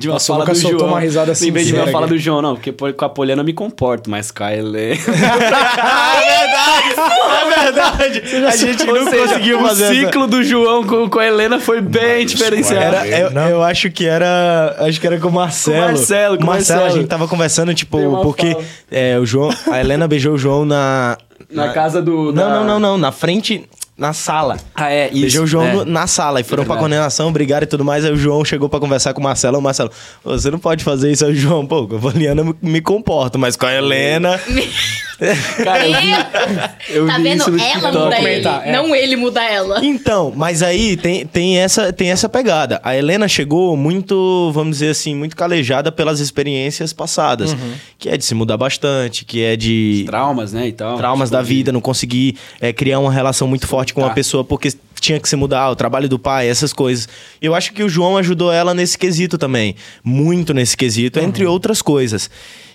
Speaker 1: de uma
Speaker 2: Nossa, o
Speaker 1: fala do
Speaker 2: Lucas soltou
Speaker 1: João.
Speaker 2: uma risada
Speaker 1: Lembrei de uma
Speaker 2: sincera
Speaker 1: fala
Speaker 2: aqui.
Speaker 1: do João, não, porque por- com a Poliana eu me comporto, mas com a *laughs* Helena.
Speaker 5: É verdade! A gente *laughs*
Speaker 1: Ou
Speaker 5: não
Speaker 1: seja,
Speaker 5: conseguiu
Speaker 1: o
Speaker 5: fazer. essa-
Speaker 1: ciclo do João com, com a Helena foi bem diferenciado.
Speaker 5: Era, eu, eu acho que era. Acho que era com o Marcelo.
Speaker 1: Tá Com o Marcelo, com o
Speaker 5: a
Speaker 1: Marcelo.
Speaker 5: gente tava conversando, tipo,
Speaker 1: Deu uma
Speaker 5: porque
Speaker 1: fala.
Speaker 5: é, o João, a Helena beijou o João na.
Speaker 1: Na casa do-
Speaker 5: Não,
Speaker 1: da-
Speaker 5: não, não, não. Na frente. Na sala.
Speaker 1: Ah, é, isso.
Speaker 5: Beijou o João
Speaker 1: é.
Speaker 5: no- na sala e foram pra
Speaker 1: verdade.
Speaker 5: condenação, brigaram e tudo mais. Aí o João chegou pra conversar com o Marcelo. O Marcelo, "Ô, você não pode fazer isso. Aí o João, pô, com a Poliana eu me comporto, mas com a Helena.
Speaker 1: Cara, eu vi- eu
Speaker 3: É, tá
Speaker 1: vi
Speaker 3: vendo?
Speaker 1: isso no
Speaker 3: Ela
Speaker 1: TikTok.
Speaker 3: muda ele,
Speaker 2: um- Comentar, é.
Speaker 3: não ele muda ela.
Speaker 5: Então, mas aí tem, tem, essa, tem essa pegada. A Helena chegou muito, vamos dizer assim, muito calejada pelas experiências passadas. Que é de se mudar bastante, que é de
Speaker 1: Traumas, né, e tal.
Speaker 5: traumas da vida, não conseguir é, criar eh, uma relação muito forte com uma
Speaker 1: Tá.
Speaker 5: pessoa porque tinha que se mudar, o trabalho do pai, essas coisas. Eu acho que o João ajudou ela nesse quesito também, muito nesse quesito, entre
Speaker 1: Uhum.
Speaker 5: outras coisas.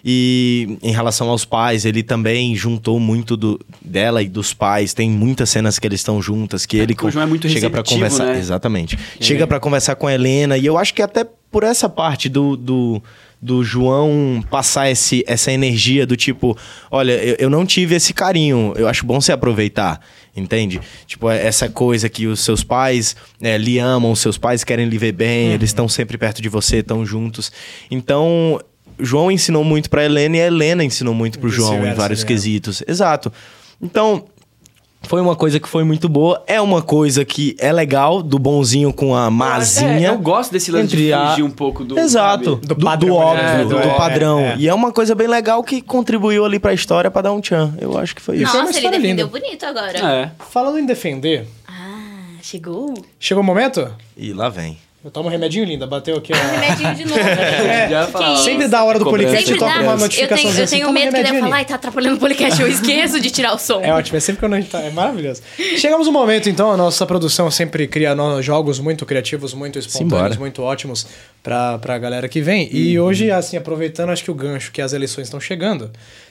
Speaker 5: E em relação aos pais, ele também juntou muito do, dela e dos pais. Tem muitas cenas que eles estão juntas, que ele
Speaker 1: porque o João é muito
Speaker 5: chega para
Speaker 1: receptivo,
Speaker 5: conversar,
Speaker 1: né?
Speaker 5: exatamente. Chega pra conversar com a Helena e eu acho que até por essa parte do, do, do João passar esse, essa energia do tipo, olha, eu, eu não tive esse carinho, eu acho bom você aproveitar, entende? Tipo, é essa coisa que os seus pais né, lhe amam, os seus pais querem lhe ver bem, eles estão sempre perto de você, estão juntos. Então, João ensinou muito pra Helena e a Helena ensinou muito pro João em
Speaker 2: Vice-versa,
Speaker 5: vários
Speaker 2: né?
Speaker 5: quesitos. Exato. Então, foi uma coisa que foi muito boa. É uma coisa que é legal, do bonzinho com a mazinha.
Speaker 1: É, eu gosto desse lance
Speaker 5: Entre
Speaker 1: de
Speaker 5: a-
Speaker 1: fugir um pouco do.
Speaker 5: Exato.
Speaker 1: sabe?
Speaker 2: Do
Speaker 5: Do,
Speaker 2: padrão,
Speaker 5: do óbvio,
Speaker 1: né?
Speaker 5: do,
Speaker 1: É, é,
Speaker 5: padrão.
Speaker 2: é.
Speaker 5: E é uma coisa bem legal que contribuiu ali pra história pra dar um tchan. Eu acho que foi isso.
Speaker 2: foi é uma
Speaker 3: Nossa, ele
Speaker 2: história
Speaker 3: defendeu
Speaker 2: linda.
Speaker 3: bonito agora.
Speaker 1: É.
Speaker 2: Falando em defender,
Speaker 3: Ah, chegou.
Speaker 2: chegou o momento?
Speaker 5: E lá vem.
Speaker 2: Eu tomo um remedinho, linda. Bateu aqui a...
Speaker 3: *laughs* Remedinho de novo.
Speaker 2: *laughs*
Speaker 1: Já fala.
Speaker 2: É. Sempre um da hora do
Speaker 5: Cobrança.
Speaker 2: podcast,
Speaker 3: Sempre
Speaker 2: eu tomo
Speaker 3: dá.
Speaker 2: uma assim,
Speaker 3: Eu tenho,
Speaker 2: notificação.
Speaker 3: eu tenho medo que ele vai falar, ai, tá atrapalhando o podcast, eu esqueço de tirar o som.
Speaker 2: É ótimo, é sempre quando a gente tá. É maravilhoso. Chegamos no momento, então, a nossa produção sempre cria no- jogos muito criativos, muito espontâneos,
Speaker 5: Simbora. Uhum.
Speaker 2: muito ótimos pra, pra galera que vem. E hoje, assim, aproveitando, acho que o gancho que as eleições estão chegando,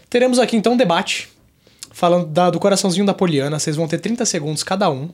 Speaker 2: teremos aqui então um debate falando da- do coraçãozinho da Poliana. Vocês vão ter 30 segundos cada um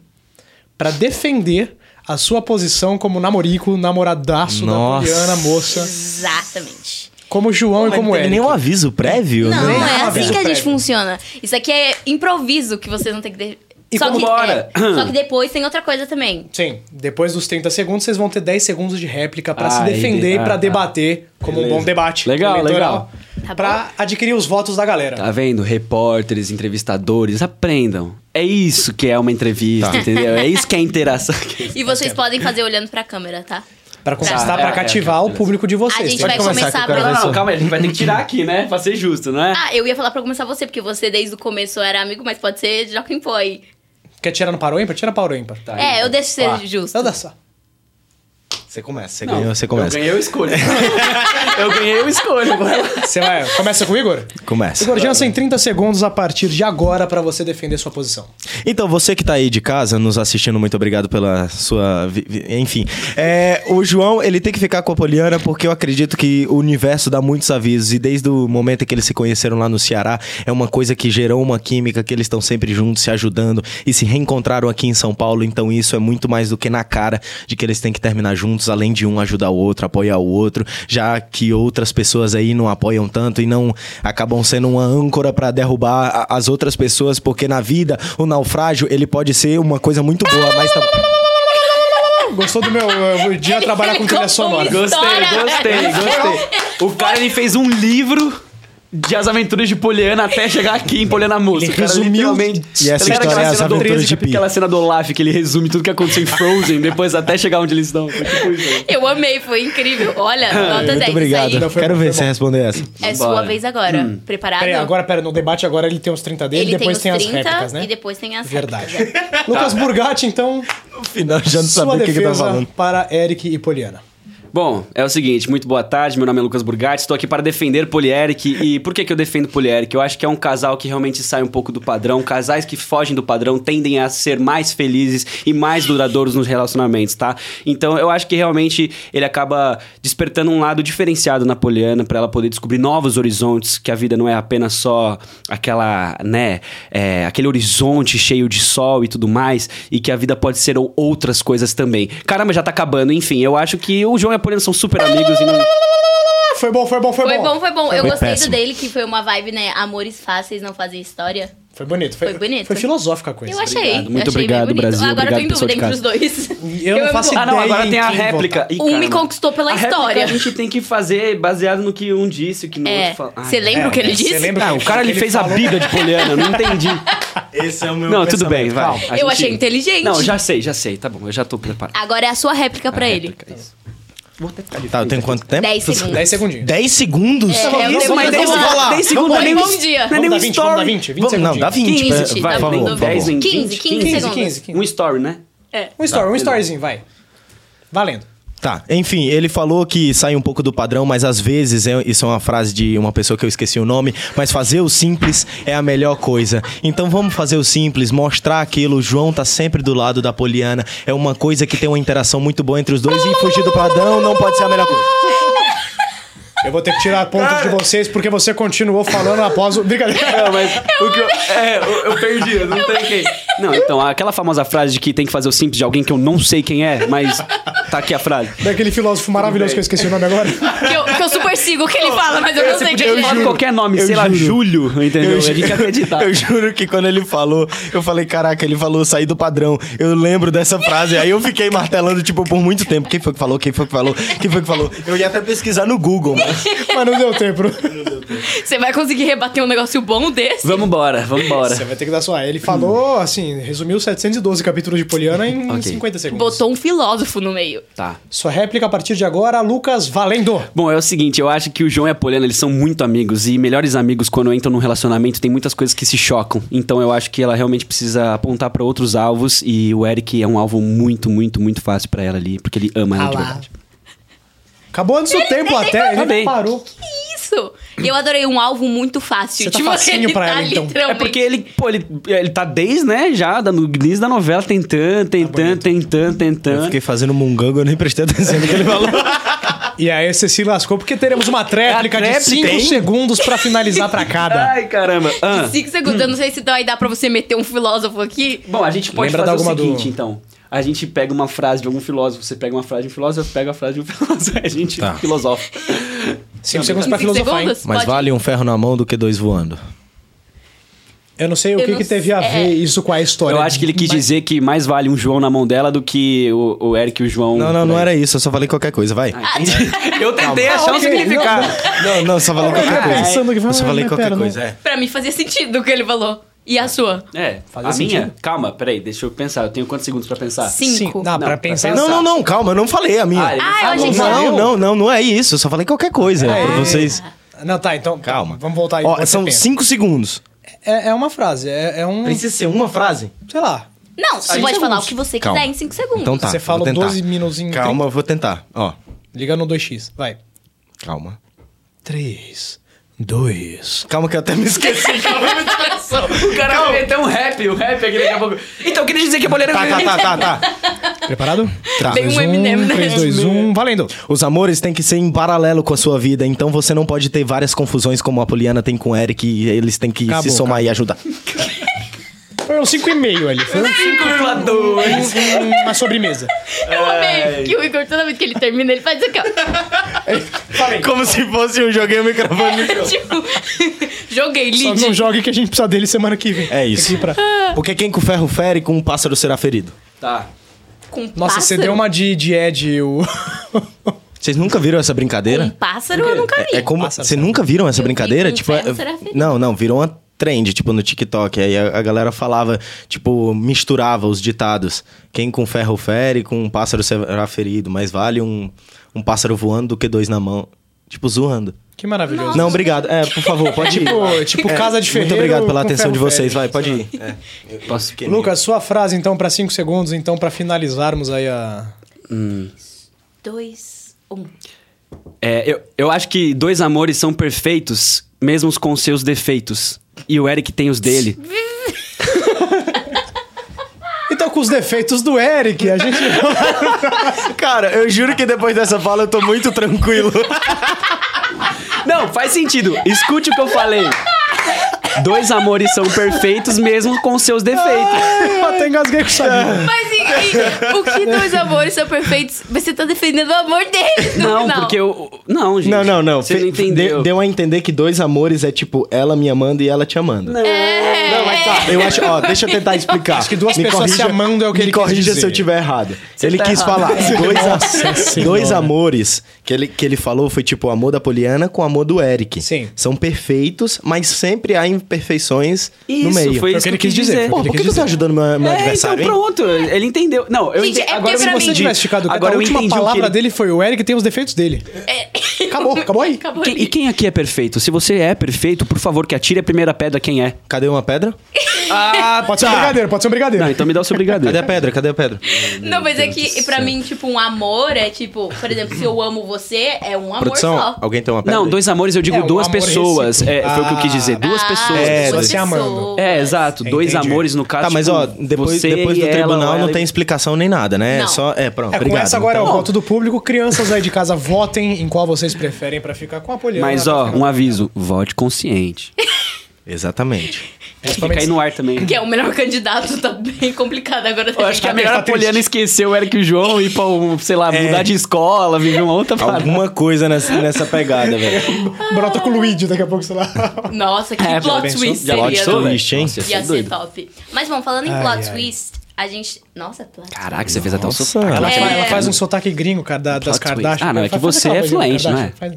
Speaker 2: pra defender a sua posição como namorico, namoradaço
Speaker 5: Nossa.
Speaker 2: da Poliana, moça,
Speaker 3: Exatamente.
Speaker 2: como João e
Speaker 5: Mas não
Speaker 2: como
Speaker 5: teve
Speaker 2: Eric.
Speaker 5: nenhum aviso prévio?
Speaker 3: Não,
Speaker 2: nem
Speaker 5: né?
Speaker 3: é
Speaker 2: nada
Speaker 3: assim
Speaker 2: disso
Speaker 3: que a gente
Speaker 2: prévio.
Speaker 3: funciona. Isso aqui é improviso que vocês vão ter que. De...
Speaker 1: E
Speaker 3: só, que,
Speaker 1: vambora.
Speaker 3: é, só que depois tem outra coisa também.
Speaker 2: Sim, depois dos 30 segundos, vocês vão ter 10 segundos de réplica pra
Speaker 1: Ah,
Speaker 2: se defender e
Speaker 1: entendi.
Speaker 2: pra
Speaker 1: Ah,
Speaker 2: debater, como um
Speaker 1: Beleza.
Speaker 2: bom debate
Speaker 1: Legal,
Speaker 2: eleitoral,
Speaker 3: legal.
Speaker 2: pra adquirir os votos da galera.
Speaker 1: Tá vendo? Repórteres, entrevistadores, aprendam. É isso que é uma entrevista,
Speaker 3: Tá.
Speaker 1: entendeu? É isso que é interação.
Speaker 3: E vocês podem fazer olhando pra câmera, tá?
Speaker 2: Pra conquistar,
Speaker 1: Tá,
Speaker 2: pra
Speaker 1: é,
Speaker 2: cativar
Speaker 1: é,
Speaker 2: o público de vocês.
Speaker 3: a gente
Speaker 2: Pode
Speaker 3: vai
Speaker 2: começar.
Speaker 3: começar,
Speaker 5: que eu quero
Speaker 3: pelo.
Speaker 5: ver só.
Speaker 1: calma aí, a gente vai ter que tirar aqui, né? Pra ser justo, não é?
Speaker 3: Ah, eu ia falar pra começar você, porque você desde o começo era amigo, mas pode ser já quem foi.
Speaker 2: Quer tirar no paro ímpar? Tira paro ímpar.
Speaker 1: Tá,
Speaker 3: É, eu
Speaker 1: então.
Speaker 3: deixo ser justo.
Speaker 2: Olha só.
Speaker 5: Você começa, você
Speaker 1: Não,
Speaker 5: ganhou, você começa.
Speaker 1: Eu ganhei, eu escolho. *laughs* eu ganhei, eu escolho.
Speaker 2: Você vai. Começa com o Igor?
Speaker 5: Começa.
Speaker 2: Igor Jansen, 30 segundos a partir de agora pra você defender sua posição.
Speaker 5: Então, você que tá aí de casa, nos assistindo, muito obrigado pela sua. vi- vi- Enfim. É, o João, ele tem que ficar com a Poliana, porque eu acredito que o universo dá muitos avisos. E desde o momento em que eles se conheceram lá no Ceará, é uma coisa que gerou uma química, que eles estão sempre juntos, se ajudando e se reencontraram aqui em São Paulo. Então, isso é muito mais do que na cara de que eles têm que terminar juntos, além de um ajudar o outro, apoiar o outro, já que outras pessoas aí não apoiam tanto e não acabam sendo uma âncora pra derrubar a- as outras pessoas, porque na vida o naufrágio ele pode ser uma coisa muito boa, mas tá- tam-
Speaker 2: Gostou do meu eh, o dia
Speaker 3: Ele-
Speaker 2: trabalhar
Speaker 3: ele
Speaker 2: com trilha
Speaker 3: contou
Speaker 2: sonora?
Speaker 3: isso.
Speaker 1: Gostei,
Speaker 3: História,
Speaker 1: gostei,
Speaker 3: *laughs* velho.
Speaker 1: gostei. O cara, ele fez um livro de As Aventuras de Poliana até chegar aqui em Poliana Moça.
Speaker 2: Ele
Speaker 1: O cara,
Speaker 2: resumiu-
Speaker 1: literalmente- Tá
Speaker 5: E essa
Speaker 1: ligado
Speaker 5: história
Speaker 1: aquela
Speaker 5: é As
Speaker 1: cena do-
Speaker 5: Aventuras de Pi.
Speaker 1: Aquela cena do Olaf, que ele resume tudo que aconteceu em Frozen, depois até chegar onde eles estão. Foi tipo isso, né?
Speaker 3: Eu amei, foi incrível. Olha, nota 10.
Speaker 5: Muito
Speaker 3: Tá isso
Speaker 5: obrigado.
Speaker 2: Não, foi
Speaker 5: Quero
Speaker 2: bom, foi
Speaker 5: ver você
Speaker 2: bom.
Speaker 5: responder essa.
Speaker 3: aí. É sua
Speaker 1: Vambora.
Speaker 3: vez agora. Preparado?
Speaker 2: Peraí, agora, pera, no debate agora ele tem os 30 dele,
Speaker 3: Ele
Speaker 2: depois
Speaker 3: tem
Speaker 2: tem,
Speaker 3: os
Speaker 2: as
Speaker 3: 30
Speaker 2: réplicas, né?
Speaker 3: e depois tem as
Speaker 2: Verdade.
Speaker 3: réplicas, é.
Speaker 2: Lucas
Speaker 1: Tá.
Speaker 2: Burgatti, então,
Speaker 5: No final, já não
Speaker 2: sua
Speaker 5: sabia o que, que eu tava
Speaker 2: defesa
Speaker 5: falando.
Speaker 2: para Eric e Poliana.
Speaker 1: Bom, é o seguinte, muito boa tarde, meu nome é Lucas Burgatti, estou aqui para defender Polieric. E por que, que eu defendo Polieric? Eu acho que é um casal que realmente sai um pouco do padrão. Casais que fogem do padrão tendem a ser mais felizes e mais duradouros nos relacionamentos, tá? Então eu acho que realmente ele acaba despertando um lado diferenciado na Poliana para ela poder descobrir novos horizontes, que a vida não é apenas só aquela, né, é, aquele horizonte cheio de sol e tudo mais, e que a vida pode ser ou- outras coisas também. Caramba, já tá acabando, enfim, eu acho que o João e a Poliana são super amigos e não...
Speaker 2: Ah, Foi bom, foi bom, foi,
Speaker 3: Foi
Speaker 2: bom.
Speaker 3: bom, foi bom. Eu
Speaker 5: Foi
Speaker 3: gostei do
Speaker 5: péssimo.
Speaker 3: dele, que foi uma vibe, né? Amores fáceis não fazem história.
Speaker 2: Foi bonito. Foi,
Speaker 3: Foi bonito.
Speaker 2: Foi filosófica a coisa.
Speaker 3: Eu achei.
Speaker 1: Obrigado, muito
Speaker 3: eu achei bem
Speaker 1: obrigado,
Speaker 3: bonito.
Speaker 1: Brasil,
Speaker 3: Agora eu tô em
Speaker 1: obrigado, pessoa
Speaker 3: dúvida
Speaker 1: de
Speaker 3: entre os dois.
Speaker 2: Eu não faço
Speaker 3: amo-
Speaker 1: Ah, não,
Speaker 2: ideia
Speaker 1: agora
Speaker 2: em
Speaker 1: tem a
Speaker 2: quem
Speaker 1: réplica.
Speaker 2: votar.
Speaker 1: Ih,
Speaker 3: Um me
Speaker 1: caramba.
Speaker 3: conquistou pela
Speaker 1: A réplica
Speaker 3: história.
Speaker 1: A gente tem que fazer baseado no que um disse, o que no
Speaker 3: É,
Speaker 1: outro falou. Ai,
Speaker 3: você lembra o que ele
Speaker 2: É, você
Speaker 3: disse?
Speaker 2: lembra
Speaker 1: Ah,
Speaker 2: que
Speaker 1: o cara ele fez a
Speaker 2: falou?
Speaker 1: biga de Poliana, eu não entendi.
Speaker 5: Esse é o meu
Speaker 1: Não, tudo bem, vai.
Speaker 2: calma.
Speaker 1: A
Speaker 3: Eu achei inteligente.
Speaker 1: Não, já sei, já sei, tá bom, eu já tô preparado.
Speaker 3: Agora é a sua réplica pra ele.
Speaker 1: Réplica, isso. Vou até ficar de
Speaker 5: Tá, eu tenho quanto tempo?
Speaker 3: 10 segundos.
Speaker 2: 10 segundinhos.
Speaker 5: 10 segundos?
Speaker 3: É, eu
Speaker 1: Isso,
Speaker 3: tenho
Speaker 1: mas
Speaker 3: muito
Speaker 1: 10
Speaker 3: bom.
Speaker 1: segundos, 10 segundos
Speaker 3: Bom
Speaker 1: não é nem um- Não
Speaker 3: dia.
Speaker 1: é nem
Speaker 2: Vamos
Speaker 1: um
Speaker 2: dar 20, vamos dar
Speaker 1: story.
Speaker 2: 20, 20
Speaker 5: Vamos- não, dá 20,
Speaker 3: 15,
Speaker 5: pera- Tipo, é, vai,
Speaker 3: tá
Speaker 5: por favor,
Speaker 3: vendo?
Speaker 5: por favor.
Speaker 1: 10 em
Speaker 3: 15, 15,
Speaker 2: 15,
Speaker 3: segundos.
Speaker 2: 15, 15.
Speaker 1: Um story, né?
Speaker 3: É.
Speaker 2: Um story, um
Speaker 1: beleza.
Speaker 2: storyzinho, vai. Valendo.
Speaker 5: Tá, enfim, ele falou que sai um pouco do padrão, mas às vezes, é- isso é uma frase de uma pessoa que eu esqueci o nome, mas fazer o simples é a melhor coisa. Então vamos fazer o simples, mostrar aquilo. O João tá sempre do lado da Poliana, é uma coisa que tem uma interação muito boa entre os dois e fugir do padrão não pode ser a melhor coisa.
Speaker 2: Eu vou ter que tirar pontos de vocês porque você continuou falando após o. Brincadeira.
Speaker 1: Não, mas o que eu, é, eu, eu perdi, eu não tenho quem. Não, então, aquela famosa frase de que tem que fazer o simples de alguém que eu não sei quem é, mas tá aqui a frase.
Speaker 2: *laughs* Daquele filósofo maravilhoso que eu esqueci o nome
Speaker 5: *laughs*
Speaker 2: agora.
Speaker 3: *laughs* Que eu, que eu super sigo o que ele fala, mas eu não sei o que ele
Speaker 1: Fala
Speaker 3: fala.
Speaker 1: qualquer nome, sei lá, Júlio, entendeu?
Speaker 5: Eu
Speaker 1: a gente
Speaker 5: ju-
Speaker 1: acreditar.
Speaker 5: *laughs* Eu juro que quando ele falou, eu falei, caraca, ele falou sair do padrão. Eu lembro dessa frase. Aí eu fiquei martelando, tipo, por muito tempo. Quem foi que falou? Quem foi que falou? Quem foi que falou? Eu ia até pesquisar no Google, mas.
Speaker 2: Mas não deu tempo.
Speaker 3: Você vai conseguir rebater um negócio bom desse?
Speaker 1: Vamos embora, vamos
Speaker 2: Você
Speaker 1: embora.
Speaker 2: vai ter que dar sua. Ele falou, assim, resumiu 712 capítulos de Poliana em
Speaker 1: Ok.
Speaker 2: 50 segundos.
Speaker 3: Botou um filósofo no meio.
Speaker 1: Tá.
Speaker 2: Sua réplica a partir de agora, Lucas Valendo.
Speaker 1: Bom, é o seguinte, eu acho que o João e a Poliana, eles são muito amigos. E melhores amigos, quando entram num relacionamento, tem muitas coisas que se chocam. Então eu acho que ela realmente precisa apontar pra outros alvos. E o Eric é um alvo muito, muito, muito fácil pra ela ali. Porque ele ama ela
Speaker 2: Ah
Speaker 1: de
Speaker 2: lá.
Speaker 1: verdade.
Speaker 2: Acabou antes do tempo até. Ele
Speaker 1: Acabei.
Speaker 2: parou.
Speaker 3: Isso! Eu adorei um alvo muito fácil.
Speaker 2: Você tá
Speaker 3: tipo,
Speaker 2: facinho
Speaker 3: ele
Speaker 2: pra
Speaker 3: tá
Speaker 2: ela, então.
Speaker 1: É
Speaker 3: literalmente-
Speaker 1: porque ele, pô, ele, ele tá desde, né, já, da- no início da novela,
Speaker 2: Tá
Speaker 1: tentando, tentando, tentando,
Speaker 5: Eu
Speaker 1: tentando.
Speaker 5: fiquei fazendo mungango, eu nem prestei atenção no que ele falou.
Speaker 2: E aí você se lascou porque teremos uma tréplica,
Speaker 1: tréplica,
Speaker 2: de
Speaker 1: hein?
Speaker 2: 5 segundos pra finalizar pra
Speaker 3: *laughs*
Speaker 2: cada.
Speaker 1: Ai, caramba. Ah.
Speaker 3: Cinco segundos, eu não sei se dá, dá pra você meter um filósofo aqui.
Speaker 1: Bom, a gente pode
Speaker 2: Lembra de
Speaker 1: fazer o
Speaker 2: alguma do-
Speaker 1: seguinte, então. A gente pega uma frase de algum filósofo, você pega uma frase de um filósofo, eu pego a frase de um *laughs* filósofo, a gente
Speaker 5: Tá.
Speaker 1: filosofa.
Speaker 2: 5 segundos
Speaker 3: Em
Speaker 2: pra
Speaker 3: cinco
Speaker 2: filosofar, hein?
Speaker 3: segundos?
Speaker 5: *laughs* Mas
Speaker 3: Pode-
Speaker 5: vale um ferro na mão do que dois voando.
Speaker 2: Eu não sei o
Speaker 3: Eu
Speaker 2: que,
Speaker 3: não
Speaker 2: que teve a
Speaker 3: sei.
Speaker 2: ver isso com a história.
Speaker 1: Eu acho que ele quis
Speaker 2: Mas-
Speaker 1: dizer que mais vale um João na mão dela do que o, o Eric e o João. né?
Speaker 5: Não, não, não
Speaker 1: por aí.
Speaker 5: era isso, eu só falei qualquer coisa, vai.
Speaker 3: Ah,
Speaker 5: *laughs*
Speaker 1: Eu tentei achar o
Speaker 2: ok,
Speaker 1: significado.
Speaker 5: Não, não, só falei qualquer
Speaker 2: Tá
Speaker 5: coisa.
Speaker 2: pensando que vai-
Speaker 5: Eu só falei
Speaker 2: mas
Speaker 5: qualquer
Speaker 2: pera,
Speaker 5: coisa,
Speaker 2: não.
Speaker 5: é.
Speaker 3: Pra mim fazia sentido o que ele falou. E a sua?
Speaker 5: um-
Speaker 1: É, a minha? Calma, peraí, deixa eu pensar. Eu tenho quantos segundos pra pensar?
Speaker 3: Cinco.
Speaker 2: Não, pra
Speaker 1: pra
Speaker 2: pensar.
Speaker 5: Não, não, não, calma, eu não falei
Speaker 1: Ah,
Speaker 5: a
Speaker 1: ele
Speaker 5: minha.
Speaker 3: Ah, eu
Speaker 1: falou.
Speaker 3: achei que
Speaker 5: Não,
Speaker 2: eu?
Speaker 5: não, não, não é isso, eu só falei qualquer coisa. É. Pra vocês.
Speaker 2: Não, tá, então.
Speaker 5: Calma.
Speaker 2: Vamos voltar aí.
Speaker 5: Ó,
Speaker 2: você
Speaker 5: são
Speaker 2: pensa.
Speaker 5: cinco segundos.
Speaker 2: É, é uma frase, é, é um.
Speaker 5: Precisa ser uma frase?
Speaker 2: Sei lá.
Speaker 3: Não, você pode falar o que você quiser
Speaker 5: Calma.
Speaker 3: em cinco segundos. *laughs*
Speaker 5: Então tá.
Speaker 2: Você fala
Speaker 5: vou tentar.
Speaker 2: 12 minutos em
Speaker 5: Calma, eu vou tentar. Ó,
Speaker 2: Liga no 2x, vai.
Speaker 5: calma.
Speaker 2: 3, 2.
Speaker 5: Calma que eu até me *laughs* esqueci.
Speaker 1: O cara meteu um rap, o rap aqui daqui a pouco. Então, eu queria dizer que a mulher...
Speaker 5: tá, tá, tá, tá, tá.
Speaker 2: Preparado?
Speaker 5: Tá.
Speaker 3: Tem *laughs* um
Speaker 2: 1,
Speaker 3: Eminem, né?
Speaker 2: 3, 2, 1. Valendo.
Speaker 5: Os amores têm que ser em paralelo com a sua vida, então você não pode ter várias confusões como a Poliana tem com o Eric e eles têm que
Speaker 2: Acabou,
Speaker 5: se somar e ajudar.
Speaker 2: Foi um 5,5 ali. Foi um-
Speaker 1: 5,2.
Speaker 2: um- uma sobremesa.
Speaker 3: Eu amei que o Igor, toda vez que ele termina, ele faz isso aqui, ó.
Speaker 5: *laughs* Como se fosse um joguei o microfone no chão.
Speaker 3: tipo, joguei,
Speaker 2: Só
Speaker 3: lead.
Speaker 2: não jogue que a gente precisa dele semana que vem.
Speaker 5: É isso.
Speaker 2: Aqui pra-
Speaker 5: Porque quem com ferro fere, com um pássaro será ferido.
Speaker 1: Tá.
Speaker 3: Com um
Speaker 2: Nossa, você
Speaker 3: pássaro.
Speaker 2: deu uma de, de Ed o.
Speaker 5: Vocês nunca viram essa brincadeira?
Speaker 3: Um pássaro eu nunca vi.
Speaker 5: É, é como.
Speaker 2: Pássaro
Speaker 5: Vocês nunca viram essa
Speaker 3: Eu vi
Speaker 5: brincadeira?
Speaker 3: um
Speaker 5: Tipo,
Speaker 3: ferro
Speaker 5: é-
Speaker 3: será feliz.
Speaker 5: não, não, virou uma trend, tipo, no TikTok. Aí a, a galera falava, tipo, misturava os ditados. Quem com ferro fere, com um pássaro será ferido. Mais vale um, um pássaro voando do que dois na mão. Tipo, zoando.
Speaker 2: *laughs* Que maravilhoso.
Speaker 5: Não, obrigado. É, por favor, pode ir. *laughs* É,
Speaker 2: Tipo- tipo Casa de Ferreiro
Speaker 5: Muito obrigado pela
Speaker 2: com ferro
Speaker 5: atenção de vocês.
Speaker 2: fere.
Speaker 5: Vai, pode ir. É.
Speaker 1: Posso...
Speaker 2: Lucas, sua frase então pra 5 segundos, então pra finalizarmos aí a.
Speaker 3: Dois, um.
Speaker 1: É, eu, eu acho que dois amores são perfeitos, mesmo com seus defeitos. E o Eric tem os dele.
Speaker 2: Então com os defeitos do Eric, a gente
Speaker 5: *laughs*
Speaker 2: *laughs*
Speaker 5: Cara, eu juro que depois dessa fala eu tô muito tranquilo.
Speaker 1: Não, faz sentido. Escute o que eu falei. Dois amores são perfeitos, mesmo com seus defeitos.
Speaker 2: Eu até engasguei com o Sabino.
Speaker 3: Mas e, e- o que dois amores são perfeitos? Você tá defendendo o amor deles, no
Speaker 1: Não,
Speaker 3: final.
Speaker 1: porque eu. Não, gente.
Speaker 5: Não, não, não.
Speaker 1: Você não
Speaker 5: Fe-
Speaker 1: entendeu.
Speaker 5: de- deu a entender que dois amores é tipo, ela me amando e ela te amando. Não,
Speaker 3: É.
Speaker 5: mas tá. Eu acho, ó, deixa eu tentar explicar.
Speaker 2: Acho que duas pessoas se amando é o que
Speaker 5: me
Speaker 2: ele quis
Speaker 5: corrija
Speaker 2: dizer.
Speaker 5: se eu tiver errado. ele
Speaker 1: tá
Speaker 5: quis
Speaker 1: errado.
Speaker 5: falar dois, a-
Speaker 2: Senhora.
Speaker 5: dois amores que ele, que ele falou foi tipo o amor da Poliana com o amor do Eric.
Speaker 2: Sim.
Speaker 5: São perfeitos, mas sempre há imperfeições
Speaker 1: Isso,
Speaker 5: no meio.
Speaker 1: foi
Speaker 2: Foi o
Speaker 1: isso
Speaker 2: que ele
Speaker 1: eu quis
Speaker 2: quis dizer.
Speaker 1: dizer.
Speaker 5: Pô, por que, que eu tô ajudando meu, meu
Speaker 1: é,
Speaker 5: adversário,
Speaker 1: então
Speaker 5: hein?
Speaker 1: pronto, ele entendeu. Não, eu
Speaker 3: Gente,
Speaker 1: entendi.
Speaker 3: é porque
Speaker 1: agora
Speaker 3: pra
Speaker 1: eu
Speaker 3: mim-
Speaker 2: Se você
Speaker 1: entendi.
Speaker 2: tivesse ficado quieto,
Speaker 1: agora
Speaker 2: a
Speaker 1: eu
Speaker 2: última
Speaker 1: entendi o que
Speaker 2: palavra
Speaker 1: ele-
Speaker 2: dele foi o É. Eric tem os defeitos dele. Acabou, acabou aí.
Speaker 3: Acabou
Speaker 1: Quem-
Speaker 3: ali.
Speaker 1: e quem aqui é perfeito? Se você é perfeito, por favor, que atire a primeira pedra quem é.
Speaker 5: Cadê uma pedra? Ah,
Speaker 2: Pode ser um brigadeiro, pode ser um brigadeiro.
Speaker 1: Não, então me dá o seu brigadeiro.
Speaker 5: Cadê a pedra? Cadê a pedra?
Speaker 3: Não, mas é que pra mim, tipo, um amor é tipo, por exemplo, se eu amo você, é um amor
Speaker 5: Produção,
Speaker 3: só.
Speaker 5: alguém tem uma pedra?
Speaker 1: Não, dois amores eu digo
Speaker 2: É, um
Speaker 1: duas
Speaker 2: amor
Speaker 1: pessoas. É,
Speaker 2: recíproco.
Speaker 1: foi o que eu quis dizer. Duas
Speaker 3: Ah,
Speaker 1: pessoas.
Speaker 3: duas
Speaker 5: É,
Speaker 2: se amando.
Speaker 3: pessoas.
Speaker 1: É, exato. Dois
Speaker 2: Entendi.
Speaker 1: amores, no caso.
Speaker 5: Tá, mas
Speaker 1: tipo,
Speaker 5: ó, depois,
Speaker 1: você
Speaker 5: depois
Speaker 1: e
Speaker 5: do
Speaker 1: ela,
Speaker 5: tribunal
Speaker 1: ou
Speaker 5: não
Speaker 1: ela
Speaker 5: tem
Speaker 1: e-
Speaker 5: explicação nem nada, né? É
Speaker 3: Não.
Speaker 5: só. É, pronto,
Speaker 2: É,
Speaker 5: obrigado.
Speaker 2: com essa agora é o
Speaker 5: Então-
Speaker 2: voto do público. Crianças aí de casa, votem em qual vocês preferem pra ficar com a Poliana.
Speaker 1: Mas
Speaker 2: pra
Speaker 5: *laughs*
Speaker 1: ó,
Speaker 2: ficar-
Speaker 1: um aviso. Vote consciente.
Speaker 5: Exatamente.
Speaker 1: Fica aí no ar também.
Speaker 3: Que é o melhor candidato, tá bem complicado agora.
Speaker 1: Eu acho que é a melhor
Speaker 2: tá
Speaker 1: a Poliana esqueceu era que o João ir pra, um, sei lá, mudar de escola, viver uma outra parada.
Speaker 5: Alguma coisa nessa, nessa pegada, velho.
Speaker 2: Brota com o Luigi daqui a pouco, sei lá.
Speaker 3: Nossa, que
Speaker 1: É, já
Speaker 3: plot
Speaker 1: pensou?
Speaker 3: twist
Speaker 1: Já
Speaker 3: seria.
Speaker 1: pensou,
Speaker 3: né?
Speaker 1: velho?
Speaker 5: Twist, hein?
Speaker 1: Nossa,
Speaker 3: Ia
Speaker 1: isso é
Speaker 3: ser
Speaker 1: doido.
Speaker 3: top. Mas bom, falando em
Speaker 2: Ai,
Speaker 3: plot
Speaker 2: ai.
Speaker 3: twist, a gente... Nossa, plot
Speaker 1: Caraca, você fez até o
Speaker 5: Nossa.
Speaker 1: sotaque.
Speaker 5: Ela
Speaker 2: Ela,
Speaker 3: É.
Speaker 2: faz, ela faz um
Speaker 3: *laughs*
Speaker 2: sotaque gringo, cara, da- das
Speaker 1: Plot twist.
Speaker 2: Kardashian.
Speaker 1: Ah, não, é que
Speaker 2: Faz- faz
Speaker 1: você
Speaker 2: aquela
Speaker 1: é
Speaker 2: coisa da
Speaker 1: fluente,
Speaker 2: Kardashian,
Speaker 1: não
Speaker 2: faz-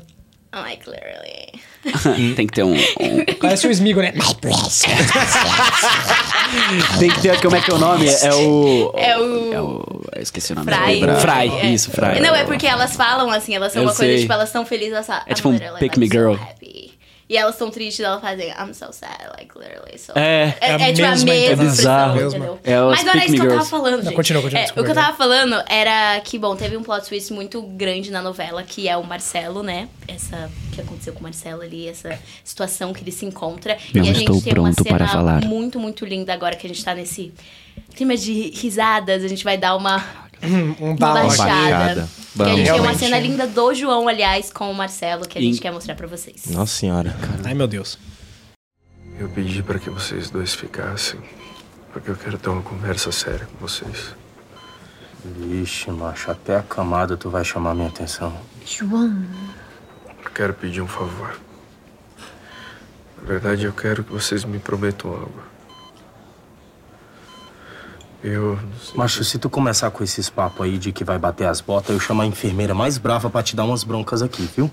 Speaker 3: Ai, clearly.
Speaker 1: Tem que ter um. um-
Speaker 2: Parece o Smigo,
Speaker 1: *laughs*
Speaker 2: né?
Speaker 1: Tem que ter. Como é que é o nome? É o.
Speaker 3: É o-
Speaker 1: é o- eu esqueci o nome.
Speaker 3: Fry.
Speaker 1: Fry. Fry.
Speaker 3: É.
Speaker 1: Isso, Fry.
Speaker 3: Não, é porque elas falam assim, elas são
Speaker 1: Eu
Speaker 3: uma coisa,
Speaker 1: sei.
Speaker 3: tipo, elas são felizes, elas falam,
Speaker 1: É tipo um
Speaker 3: "I'm literally,
Speaker 1: pick
Speaker 3: like,
Speaker 1: me
Speaker 3: so
Speaker 1: girl.
Speaker 3: happy." E elas são tristes, elas fazem, I'm so sad, like, literally, so...
Speaker 1: É.
Speaker 3: É,
Speaker 2: É a
Speaker 3: é tipo a
Speaker 2: mesma
Speaker 3: mesma
Speaker 1: É
Speaker 2: entonação.
Speaker 3: expressão,
Speaker 1: bizarro.
Speaker 3: entendeu?
Speaker 1: É os
Speaker 3: Mas não era
Speaker 1: Pick
Speaker 3: isso que
Speaker 1: Me
Speaker 3: eu tava
Speaker 1: Girls.
Speaker 3: falando, gente.
Speaker 2: continua, continua,
Speaker 3: É,
Speaker 2: desculpa,
Speaker 3: o que eu
Speaker 2: perdão.
Speaker 3: tava falando era que, bom, teve um plot twist muito grande na novela, que é o Marcelo, né? Essa que aconteceu com o Marcelo ali, essa situação que ele se encontra.
Speaker 1: Não
Speaker 3: e a
Speaker 1: estou
Speaker 3: gente tem uma
Speaker 1: pronto
Speaker 3: cena
Speaker 1: para falar.
Speaker 3: muito, muito linda agora que a gente tá nesse clima de risadas. A gente vai dar uma
Speaker 2: Um
Speaker 3: uma
Speaker 2: balde.
Speaker 5: baixada.
Speaker 3: baixada. Que a
Speaker 5: Vamos.
Speaker 3: gente tem uma
Speaker 2: Realmente.
Speaker 3: cena linda do João, aliás, com o Marcelo, que a gente
Speaker 1: E-
Speaker 3: quer mostrar pra vocês.
Speaker 5: Nossa senhora.
Speaker 2: Ai, meu Deus.
Speaker 6: Eu pedi pra que vocês dois ficassem, porque eu quero ter uma conversa séria com vocês.
Speaker 7: Ixi, macho, até a camada tu vai chamar minha atenção.
Speaker 6: Eu quero pedir um favor. Na verdade, eu quero que vocês me prometam algo. Eu não sei.
Speaker 7: Macho, se tu começar com esses papos aí de que vai bater as botas, eu chamo a enfermeira mais brava pra te dar umas broncas aqui, viu?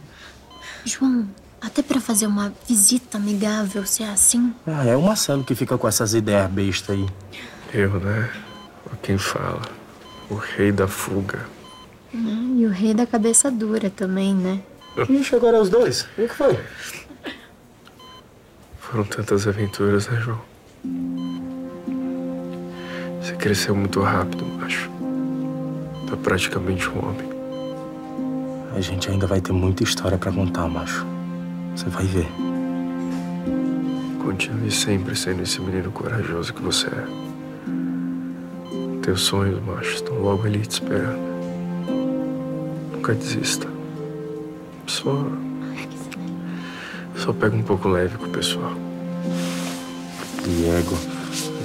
Speaker 8: João, até pra fazer uma visita amigável, se é assim.
Speaker 7: Ah, é o Marcelo que fica com essas ideias bestas aí.
Speaker 6: Eu, né? A quem fala. O rei da fuga.
Speaker 8: E o rei da cabeça dura também, né?
Speaker 7: Ixi, agora é os dois. E o que foi?
Speaker 6: Foram tantas aventuras, né, João? Você cresceu muito rápido, macho. Tá praticamente um homem.
Speaker 7: A gente ainda vai ter muita história pra contar, macho. Você vai ver.
Speaker 6: Continue sempre sendo esse menino corajoso que você é. Teus sonhos, macho, estão logo ali te esperando. Nunca desista. Só. Só pega um pouco leve com o pessoal.
Speaker 7: Diego,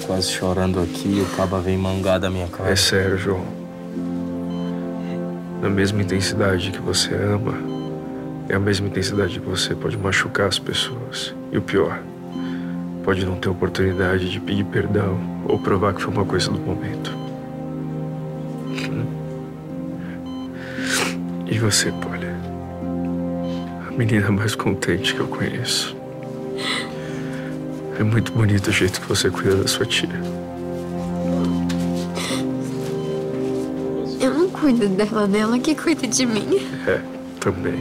Speaker 7: tô quase chorando aqui e o caba vem mangar da minha cara.
Speaker 6: É sério, João. Na mesma intensidade que você ama, é a mesma intensidade que você pode machucar as pessoas. E o pior, pode não ter oportunidade de pedir perdão ou provar que foi uma coisa do momento. E você, Polly? A menina mais contente que eu conheço. É muito bonito o jeito que você cuida da sua tia.
Speaker 8: Eu não cuido dela, dela que cuida de mim.
Speaker 6: É, também.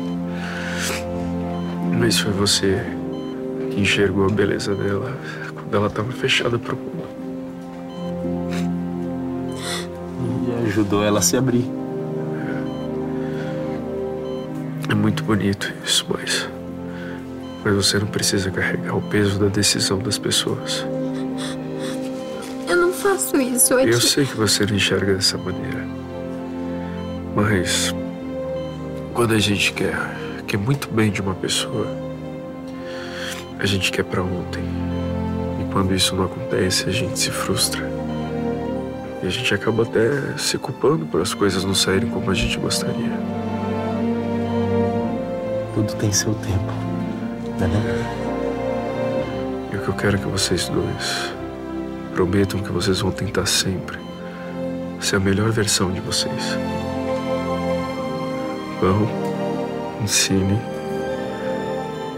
Speaker 6: Mas foi você que enxergou a beleza dela quando ela estava fechada pro mundo.
Speaker 7: E ajudou ela a se abrir.
Speaker 6: É muito bonito isso, mas. Mas você não precisa carregar o peso da decisão das pessoas.
Speaker 8: Eu não faço isso, é tipo-
Speaker 6: Eu
Speaker 8: aqui.
Speaker 6: sei que você não enxerga dessa maneira. Mas. Quando a gente quer, quer muito bem de uma pessoa, a gente quer pra ontem. E quando isso não acontece, a gente se frustra. E a gente acaba até se culpando por as coisas não saírem como a gente gostaria.
Speaker 7: Tudo tem seu tempo. Né? não?
Speaker 6: E o que eu quero é que vocês dois prometam que vocês vão tentar sempre ser a melhor versão de vocês. Vão, ensinem,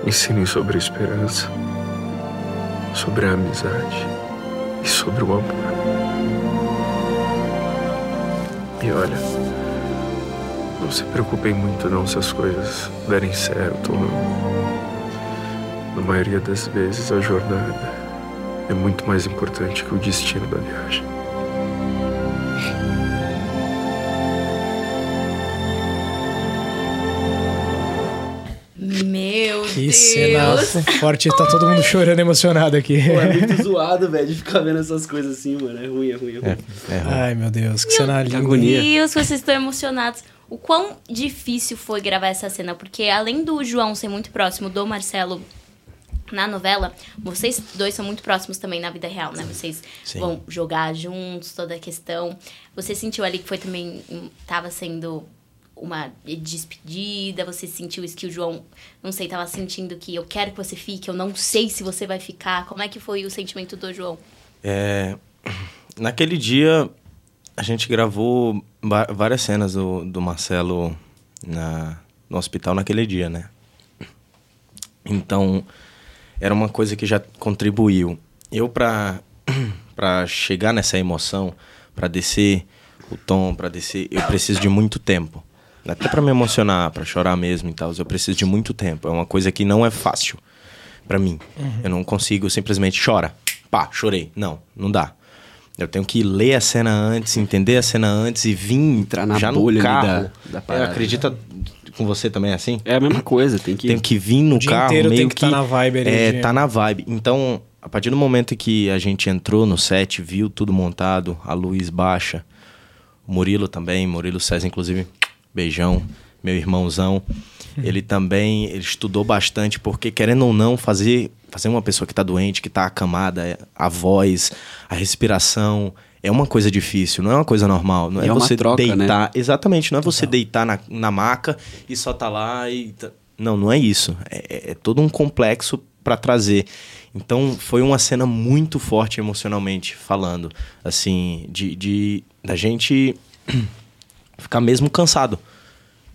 Speaker 6: ensinem sobre a esperança, sobre a amizade e sobre o amor. E olha, não se preocupem muito não se as coisas derem certo ou não. Na maioria das vezes, a jornada é muito mais importante que o destino da viagem.
Speaker 3: Meu
Speaker 2: Que
Speaker 3: Deus.
Speaker 2: cena forte. Tá todo mundo chorando emocionado aqui.
Speaker 1: Pô, é muito zoado, velho, de ficar vendo essas coisas assim, mano. É ruim, é ruim, é ruim.
Speaker 2: Ai, meu Deus, que cena linda.
Speaker 1: agonia.
Speaker 3: Deus, vocês estão emocionados. O quão difícil foi gravar essa cena, porque além do João ser muito próximo do Marcelo na novela, vocês dois são muito próximos também na vida real, né? Vocês vão jogar juntos, toda a questão. Você sentiu ali que foi também. hum, Tava sendo uma despedida, você sentiu isso que o João, não sei, tava sentindo que eu quero que você fique, eu não sei se você vai ficar. Como é que foi o sentimento do João?
Speaker 5: É, naquele dia, a gente gravou va- várias cenas do, do Marcelo na, no hospital naquele dia, né? Então, era uma coisa que já contribuiu. Eu, pra, *clears throat* pra chegar nessa emoção, pra descer o tom, pra descer, eu preciso de muito tempo. Até pra me emocionar, pra chorar mesmo e tal, eu preciso de muito tempo. É uma coisa que não é fácil pra mim.
Speaker 1: Uhum.
Speaker 5: Eu não consigo simplesmente chora. Pá, chorei. Não, não dá. Eu tenho que ler a cena antes, entender a cena antes e vir entrar
Speaker 1: na
Speaker 5: já
Speaker 1: bolha
Speaker 5: no
Speaker 1: ali
Speaker 5: carro.
Speaker 1: da- da
Speaker 5: eu
Speaker 1: parada. né?
Speaker 5: acredito com você também é assim?
Speaker 1: É a mesma coisa, tem que.
Speaker 5: tem que vir no
Speaker 2: dia
Speaker 5: carro
Speaker 2: inteiro
Speaker 5: meio
Speaker 2: tem que tá na vibe ali
Speaker 5: é
Speaker 2: de-
Speaker 5: tá na vibe então a partir do momento que a gente entrou no set viu tudo montado a luz baixa o Murilo também Murilo César inclusive beijão meu irmãozão
Speaker 2: Hum.
Speaker 5: ele também ele estudou bastante porque querendo ou não fazer fazer uma pessoa que tá doente que tá acamada é- a voz a respiração é uma coisa difícil, não é uma coisa normal. Não é,
Speaker 1: E é uma
Speaker 5: você
Speaker 1: troca, né?
Speaker 5: deitar ah, exatamente, não é você deitar na, na maca e só tá lá e. tá- Não, não é isso. É, é- é todo um complexo pra trazer. Então foi uma cena muito forte emocionalmente falando, assim, de, de da gente ficar mesmo cansado.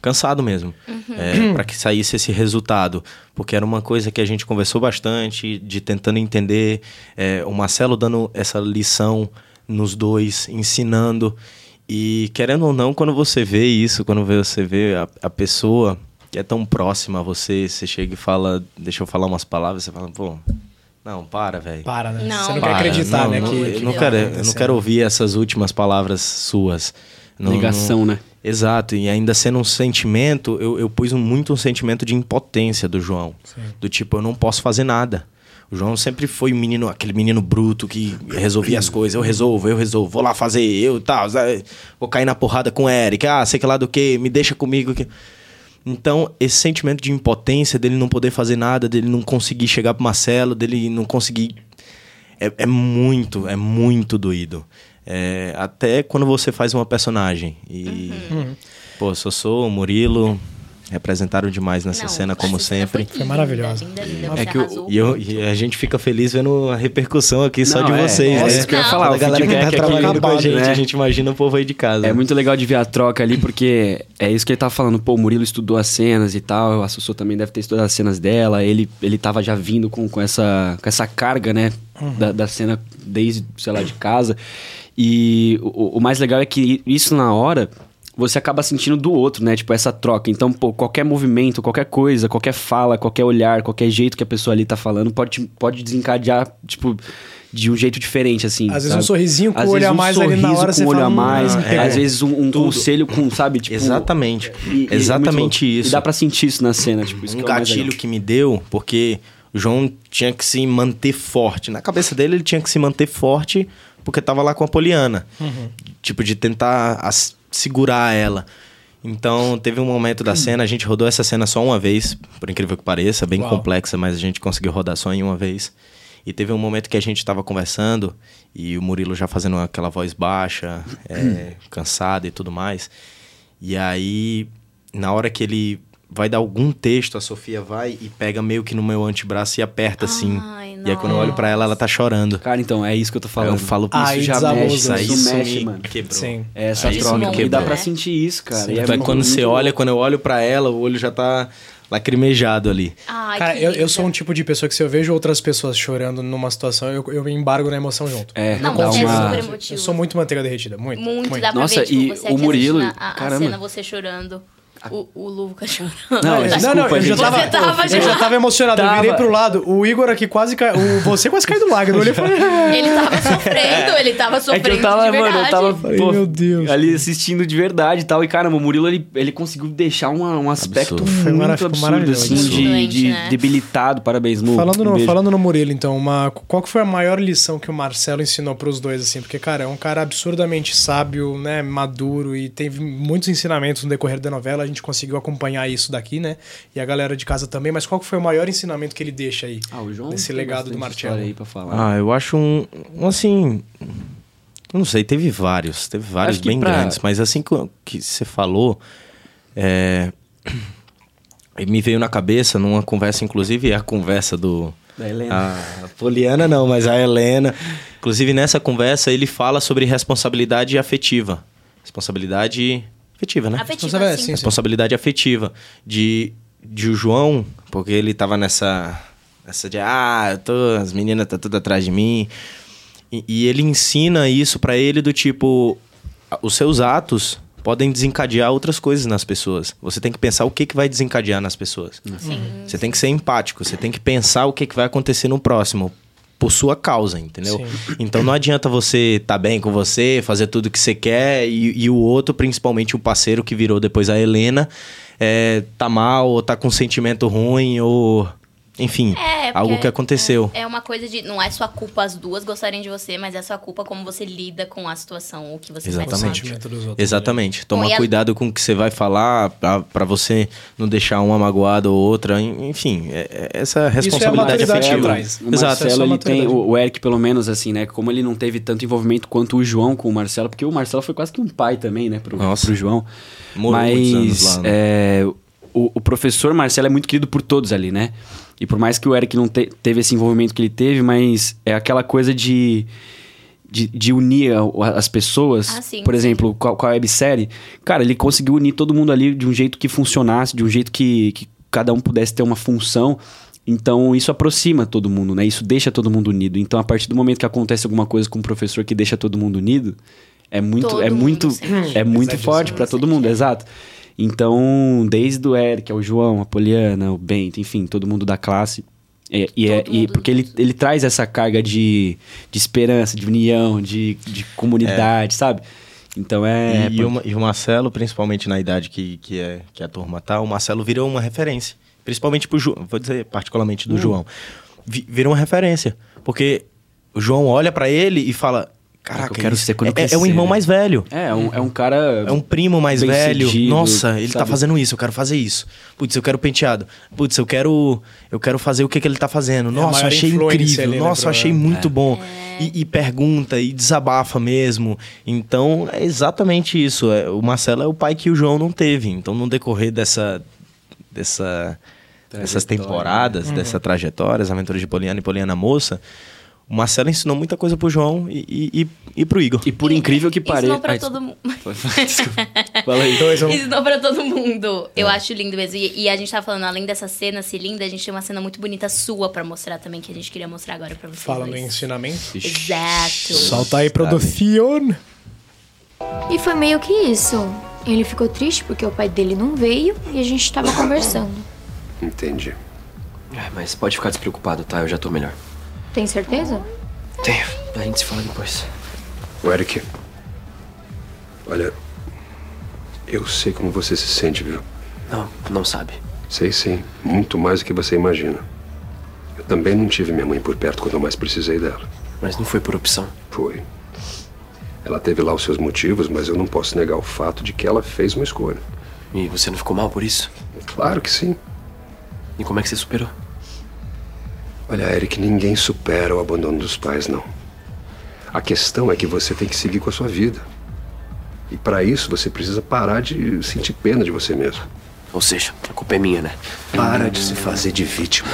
Speaker 5: Cansado mesmo. para que saísse esse resultado. Porque era uma coisa que a gente conversou bastante, de tentando entender. é, o Marcelo dando essa lição nos dois, ensinando. E querendo ou não, quando você vê isso, quando você vê a, a pessoa que é tão próxima a você, você chega e fala, deixa eu falar umas palavras, você fala, pô, não, para, velho.
Speaker 2: Para, né?
Speaker 3: Não,
Speaker 2: Você não
Speaker 3: para.
Speaker 2: quer acreditar,
Speaker 5: Não,
Speaker 2: né?
Speaker 5: não-
Speaker 2: que,
Speaker 5: eu
Speaker 2: que
Speaker 5: não
Speaker 2: tá
Speaker 5: quero, eu não
Speaker 2: acontecendo.
Speaker 5: quero ouvir essas últimas palavras suas. Não-
Speaker 1: Ligação, né?
Speaker 5: Exato, e ainda sendo um sentimento, eu, eu pus um- muito um sentimento de impotência do João. Do tipo, eu não posso fazer nada. O João sempre foi um menino, aquele menino bruto que resolvia as coisas. Eu resolvo, eu resolvo, vou lá fazer, eu tal, zé, vou cair na porrada com o Eric, ah, sei que lá do que, me deixa comigo. Que... Então, esse sentimento de impotência, dele não poder fazer nada, dele não conseguir chegar pro Marcelo, dele não conseguir. É, é muito, é muito doído. É, até quando você faz uma personagem. E. Pô, Sossô, Murilo representaram demais nessa
Speaker 3: Não,
Speaker 5: cena, como
Speaker 3: essa cena
Speaker 5: sempre.
Speaker 3: linda,
Speaker 2: maravilhosa.
Speaker 3: linda, linda,
Speaker 1: É
Speaker 3: você
Speaker 1: que o-
Speaker 3: arrasou.
Speaker 5: E, eu- e a gente fica feliz vendo a repercussão aqui só
Speaker 1: Não,
Speaker 5: de
Speaker 1: é.
Speaker 5: vocês,
Speaker 1: É
Speaker 5: né?
Speaker 1: isso que eu ia
Speaker 3: Não.
Speaker 1: falar.
Speaker 5: a
Speaker 1: o
Speaker 5: galera que tá
Speaker 1: feedback é
Speaker 5: trabalhando com a
Speaker 1: acabado,
Speaker 5: gente,
Speaker 1: né?
Speaker 5: a gente imagina o povo aí de casa.
Speaker 1: É muito legal de ver a troca ali, porque é isso que ele tava falando. Pô, o Murilo estudou as cenas e tal, a Sussô também deve ter estudado as cenas dela. Ele, ele tava já vindo com, com, essa, com essa carga, né?
Speaker 2: Uhum.
Speaker 1: Da, da cena desde, sei lá, de casa. E o, o mais legal é que isso na hora você acaba sentindo do outro, né? Tipo, essa troca. Então, pô, qualquer movimento, qualquer coisa, qualquer fala, qualquer olhar, qualquer jeito que a pessoa ali tá falando pode, te- pode desencadear, tipo, de um jeito diferente, assim.
Speaker 2: Às vezes um
Speaker 1: sabe?
Speaker 2: sorrisinho com
Speaker 1: Às
Speaker 2: o olho
Speaker 1: vezes
Speaker 2: a
Speaker 1: um
Speaker 2: mais ali na
Speaker 1: sorriso
Speaker 2: hora
Speaker 1: com
Speaker 2: você
Speaker 1: o olho
Speaker 2: fala,
Speaker 1: a mais.
Speaker 2: "Hum, pegou".
Speaker 1: Às vezes um, um conselho com, sabe, tipo...
Speaker 5: É, Exatamente.
Speaker 1: E- e-
Speaker 5: Exatamente
Speaker 1: muito louco.
Speaker 5: isso.
Speaker 1: E dá pra sentir isso na cena, tipo... Isso
Speaker 5: um
Speaker 1: que é o mais
Speaker 5: gatilho
Speaker 1: legal.
Speaker 5: que me deu, porque o João tinha que se manter forte. Na cabeça dele, ele tinha que se manter forte porque tava lá com a Poliana.
Speaker 1: Uhum.
Speaker 5: Tipo, de tentar as- segurar ela. Então, teve um momento da cena, a gente rodou essa cena só uma vez, por incrível que pareça, bem
Speaker 2: Uau.
Speaker 5: complexa, mas a gente conseguiu rodar só em uma vez. E teve um momento que a gente tava conversando e o Murilo já fazendo aquela
Speaker 1: *clears throat*
Speaker 5: voz baixa, é, cansada e tudo mais. E aí, na hora que ele vai dar algum texto, a Sofia vai e pega meio que no meu antebraço e aperta assim.
Speaker 3: Ai,
Speaker 5: E aí quando eu olho pra ela, ela tá chorando.
Speaker 1: Cara, então, é isso que eu tô falando.
Speaker 5: Eu falo, isso
Speaker 2: Aí
Speaker 5: já
Speaker 2: desabou,
Speaker 5: mexe,
Speaker 2: né?
Speaker 5: isso,
Speaker 1: Isso mexe,
Speaker 5: me
Speaker 1: mano.
Speaker 5: quebrou.
Speaker 2: Sim.
Speaker 1: É essa
Speaker 5: Aí isso
Speaker 1: troca.
Speaker 5: me
Speaker 1: E dá
Speaker 5: quebrou.
Speaker 1: pra sentir isso, cara. E é
Speaker 5: Então, aí
Speaker 1: muito-
Speaker 5: quando
Speaker 1: muito
Speaker 5: você
Speaker 1: louco.
Speaker 5: olha, quando eu olho pra ela, o olho já tá lacrimejado ali.
Speaker 3: Ai,
Speaker 2: Cara,
Speaker 3: que
Speaker 2: eu, eu
Speaker 3: linda.
Speaker 2: sou um tipo de pessoa que se eu vejo outras pessoas chorando numa situação, eu, eu me embargo na emoção junto.
Speaker 1: É,
Speaker 3: Não,
Speaker 1: dá
Speaker 3: você é
Speaker 1: uma...
Speaker 3: super emotivo.
Speaker 2: Eu sou muito manteiga derretida, muito.
Speaker 3: Muito, dá pra
Speaker 1: Nossa,
Speaker 3: ver, tipo,
Speaker 1: e
Speaker 3: você
Speaker 1: o
Speaker 3: aqui
Speaker 1: Murilo,
Speaker 3: assistindo a, a
Speaker 1: caramba.
Speaker 3: cena, você chorando. O, o Lucas
Speaker 1: Não,
Speaker 3: chorando.
Speaker 1: desculpa,
Speaker 2: eu já
Speaker 1: gente.
Speaker 2: tava, É.
Speaker 3: Você tava
Speaker 2: eu já
Speaker 3: já-
Speaker 2: tava emocionado.
Speaker 1: Tava.
Speaker 2: Eu virei pro lado. O Igor aqui quase caiu. o- Você quase caiu do lágrimo. Eu olhei e falei, "Ah".
Speaker 3: Ele tava sofrendo, ele tava
Speaker 1: É
Speaker 3: sofrendo
Speaker 1: que eu tava,
Speaker 3: de verdade.
Speaker 1: mano, eu tava
Speaker 2: Falei, meu Deus.
Speaker 1: ali assistindo de verdade e tal. E caramba, o Murilo ele, ele conseguiu deixar uma- um aspecto
Speaker 5: Absurdo.
Speaker 2: Foi
Speaker 1: muito
Speaker 2: maravilhoso,
Speaker 1: absurdo, assim,
Speaker 2: absurdo.
Speaker 1: de,
Speaker 3: Muito
Speaker 1: de
Speaker 3: doente, né?
Speaker 1: debilitado. Parabéns, Mu. *laughs*
Speaker 2: Falando
Speaker 1: Um
Speaker 2: no,
Speaker 1: beijo.
Speaker 2: falando no Murilo, então, uma, qual que foi a maior lição que o Marcelo ensinou pros dois, assim? Porque, cara, é um cara absurdamente sábio, né? Maduro e teve muitos ensinamentos no decorrer da novela. A gente conseguiu acompanhar isso daqui, né? E a galera de casa também. Mas qual que foi o maior ensinamento que ele deixa aí?
Speaker 1: Ah, o João
Speaker 2: desse
Speaker 1: tem
Speaker 2: legado do
Speaker 1: bastante
Speaker 2: Marcelo.
Speaker 1: história aí pra falar.
Speaker 5: Ah, eu acho um, um, assim. eu Não sei, teve vários, teve vários
Speaker 1: Acho que
Speaker 5: bem
Speaker 1: pra-
Speaker 5: grandes, mas assim que- que você falou, é, e me veio na cabeça numa conversa, inclusive é a conversa do.
Speaker 1: Da Helena.
Speaker 5: A, a Poliana não, mas a Helena. Inclusive nessa conversa ele fala sobre responsabilidade afetiva. Responsabilidade afetiva, né?
Speaker 3: Afetivo,
Speaker 2: Você vai
Speaker 3: assim.
Speaker 2: assim, sim.
Speaker 5: responsabilidade afetiva de, de o João, porque ele tava nessa essa de ah, eu tô- as meninas tá tudo atrás de mim. E, e ele ensina isso pra ele do tipo a- os seus atos podem desencadear outras coisas nas pessoas. Você tem que pensar o que, que vai desencadear nas pessoas. Você tem que ser empático, você tem que pensar o que, que vai acontecer no próximo por sua causa, entendeu? Então não adianta você estar tá bem com você, fazer tudo que você quer e, e o outro, principalmente o parceiro que virou depois a Helena, é, tá mal ou tá com um sentimento ruim ou
Speaker 3: É,
Speaker 5: enfim,
Speaker 3: porque
Speaker 5: algo que aconteceu.
Speaker 3: É uma coisa de. Não é sua culpa as duas gostarem de você, mas é sua culpa como você lida com a situação, o que você faz.
Speaker 5: Exatamente.
Speaker 2: O sentimento dos outros.
Speaker 5: Exatamente.
Speaker 3: Bom,
Speaker 5: Tomar
Speaker 3: e a-
Speaker 5: cuidado com o que você vai falar pra pra você não deixar uma magoada ou outra. en- Enfim, é- é essa responsabilidade
Speaker 2: maturidade que
Speaker 5: afetiva.
Speaker 2: traz.
Speaker 1: O
Speaker 5: Exato.
Speaker 1: Marcelo,
Speaker 2: Essa é
Speaker 1: ele
Speaker 2: a
Speaker 1: tem.
Speaker 2: maturidade.
Speaker 1: O o Eric, pelo menos, assim, né? Como ele não teve tanto envolvimento quanto o João com o Marcelo, porque o Marcelo foi quase que um pai também, né? Pro,
Speaker 5: Nossa.
Speaker 1: pro João.
Speaker 5: Morou muitos anos
Speaker 1: Mas
Speaker 5: lá, né?
Speaker 1: é, o, o professor Marcelo é muito querido por todos ali, né? E por mais que o Eric não te- teve esse envolvimento que ele teve, mas é aquela coisa de. De, de unir a- o- as pessoas,
Speaker 3: Ah, sim,
Speaker 1: por
Speaker 3: sim.
Speaker 1: exemplo, com a, com a websérie, cara, ele conseguiu unir todo mundo ali de um jeito que funcionasse, de um jeito que, que cada um pudesse ter uma função. Então, isso aproxima todo mundo, né? Isso deixa todo mundo unido. Então, a partir do momento que acontece alguma coisa com um professor que deixa todo mundo unido, é muito,
Speaker 3: Todo
Speaker 1: é
Speaker 3: mundo
Speaker 1: muito,
Speaker 3: sente.
Speaker 1: é muito
Speaker 2: Exato,
Speaker 1: forte pra todo mundo, exato. Então, desde o Eric, o João, a Poliana, o Bento, enfim, todo mundo da classe. É, e, é,
Speaker 3: Todo
Speaker 1: e
Speaker 3: mundo
Speaker 1: porque ele, ele traz essa carga de, de esperança, de união, de, de comunidade, sabe? Então é.
Speaker 5: É. E, o, Ma- e o Marcelo, principalmente na idade que, que, é, que a turma tá, o Marcelo virou uma referência. Principalmente pro João, vou dizer particularmente do João. Vi- virou uma referência. Porque o João olha pra ele e fala: Caraca,
Speaker 1: quero
Speaker 5: isso
Speaker 1: ser quando
Speaker 5: é, é o
Speaker 1: crescer."
Speaker 5: irmão mais velho.
Speaker 1: é, é um, é um cara.
Speaker 5: É um primo mais
Speaker 1: bem
Speaker 5: velho.
Speaker 1: cedido,
Speaker 5: Nossa, ele tá
Speaker 1: sabe?
Speaker 5: fazendo isso, eu quero fazer isso. Putz, eu quero penteado. Putz, eu quero eu quero fazer o que, que ele tá fazendo. Nossa, eu
Speaker 2: É maior
Speaker 5: achei
Speaker 2: influência
Speaker 5: incrível.
Speaker 2: ali, né,
Speaker 5: Nossa, eu
Speaker 2: pro-
Speaker 5: achei
Speaker 1: É.
Speaker 5: muito bom. E, e pergunta e desabafa mesmo. Então, é exatamente isso. É, O Marcelo é o pai que o João não teve. Então, no decorrer dessa dessa dessas
Speaker 2: Uhum.
Speaker 5: temporadas, dessa trajetória, as aventuras de Poliana e Poliana Moça, o Marcelo ensinou muita coisa pro João e, e, e, e pro Igor.
Speaker 1: E por incrível que pareça.
Speaker 3: Ensinou é pra
Speaker 1: Ai,
Speaker 3: todo mundo.
Speaker 1: Fala aí.
Speaker 2: um.
Speaker 3: Ensinou pra todo mundo.
Speaker 5: É.
Speaker 3: Eu acho lindo mesmo. E, e a gente tá falando, além dessa cena ser linda, a gente tem uma cena muito bonita sua pra mostrar também, que a gente queria mostrar agora pra vocês.
Speaker 2: Falando
Speaker 3: dois.
Speaker 2: em ensinamento.
Speaker 3: Exato.
Speaker 2: Solta aí, produção.
Speaker 8: E foi meio que isso. Ele ficou triste porque o pai dele não veio e a gente tava conversando.
Speaker 9: Entendi. Ah, mas pode ficar despreocupado, tá? Eu já tô melhor.
Speaker 8: Tem certeza?
Speaker 9: Tenho. A gente se fala depois. O Eric. Olha. Eu sei como você se sente, viu?
Speaker 10: Não, não sabe.
Speaker 9: Sei sim. Muito mais do que você imagina. Eu também não tive minha mãe por perto quando eu mais precisei dela.
Speaker 10: Mas não foi por opção.
Speaker 9: Foi. Ela teve lá os seus motivos, mas eu não posso negar o fato de que ela fez uma escolha.
Speaker 10: E você não ficou mal por isso?
Speaker 9: Claro que sim.
Speaker 10: E como é que você superou?
Speaker 9: Olha, Eric, ninguém supera o abandono dos pais, não. A questão é que você tem que seguir com a sua vida. E para isso você precisa parar de sentir pena de você mesmo.
Speaker 10: Ou seja, a culpa é minha, né?
Speaker 9: Para de se fazer de vítima.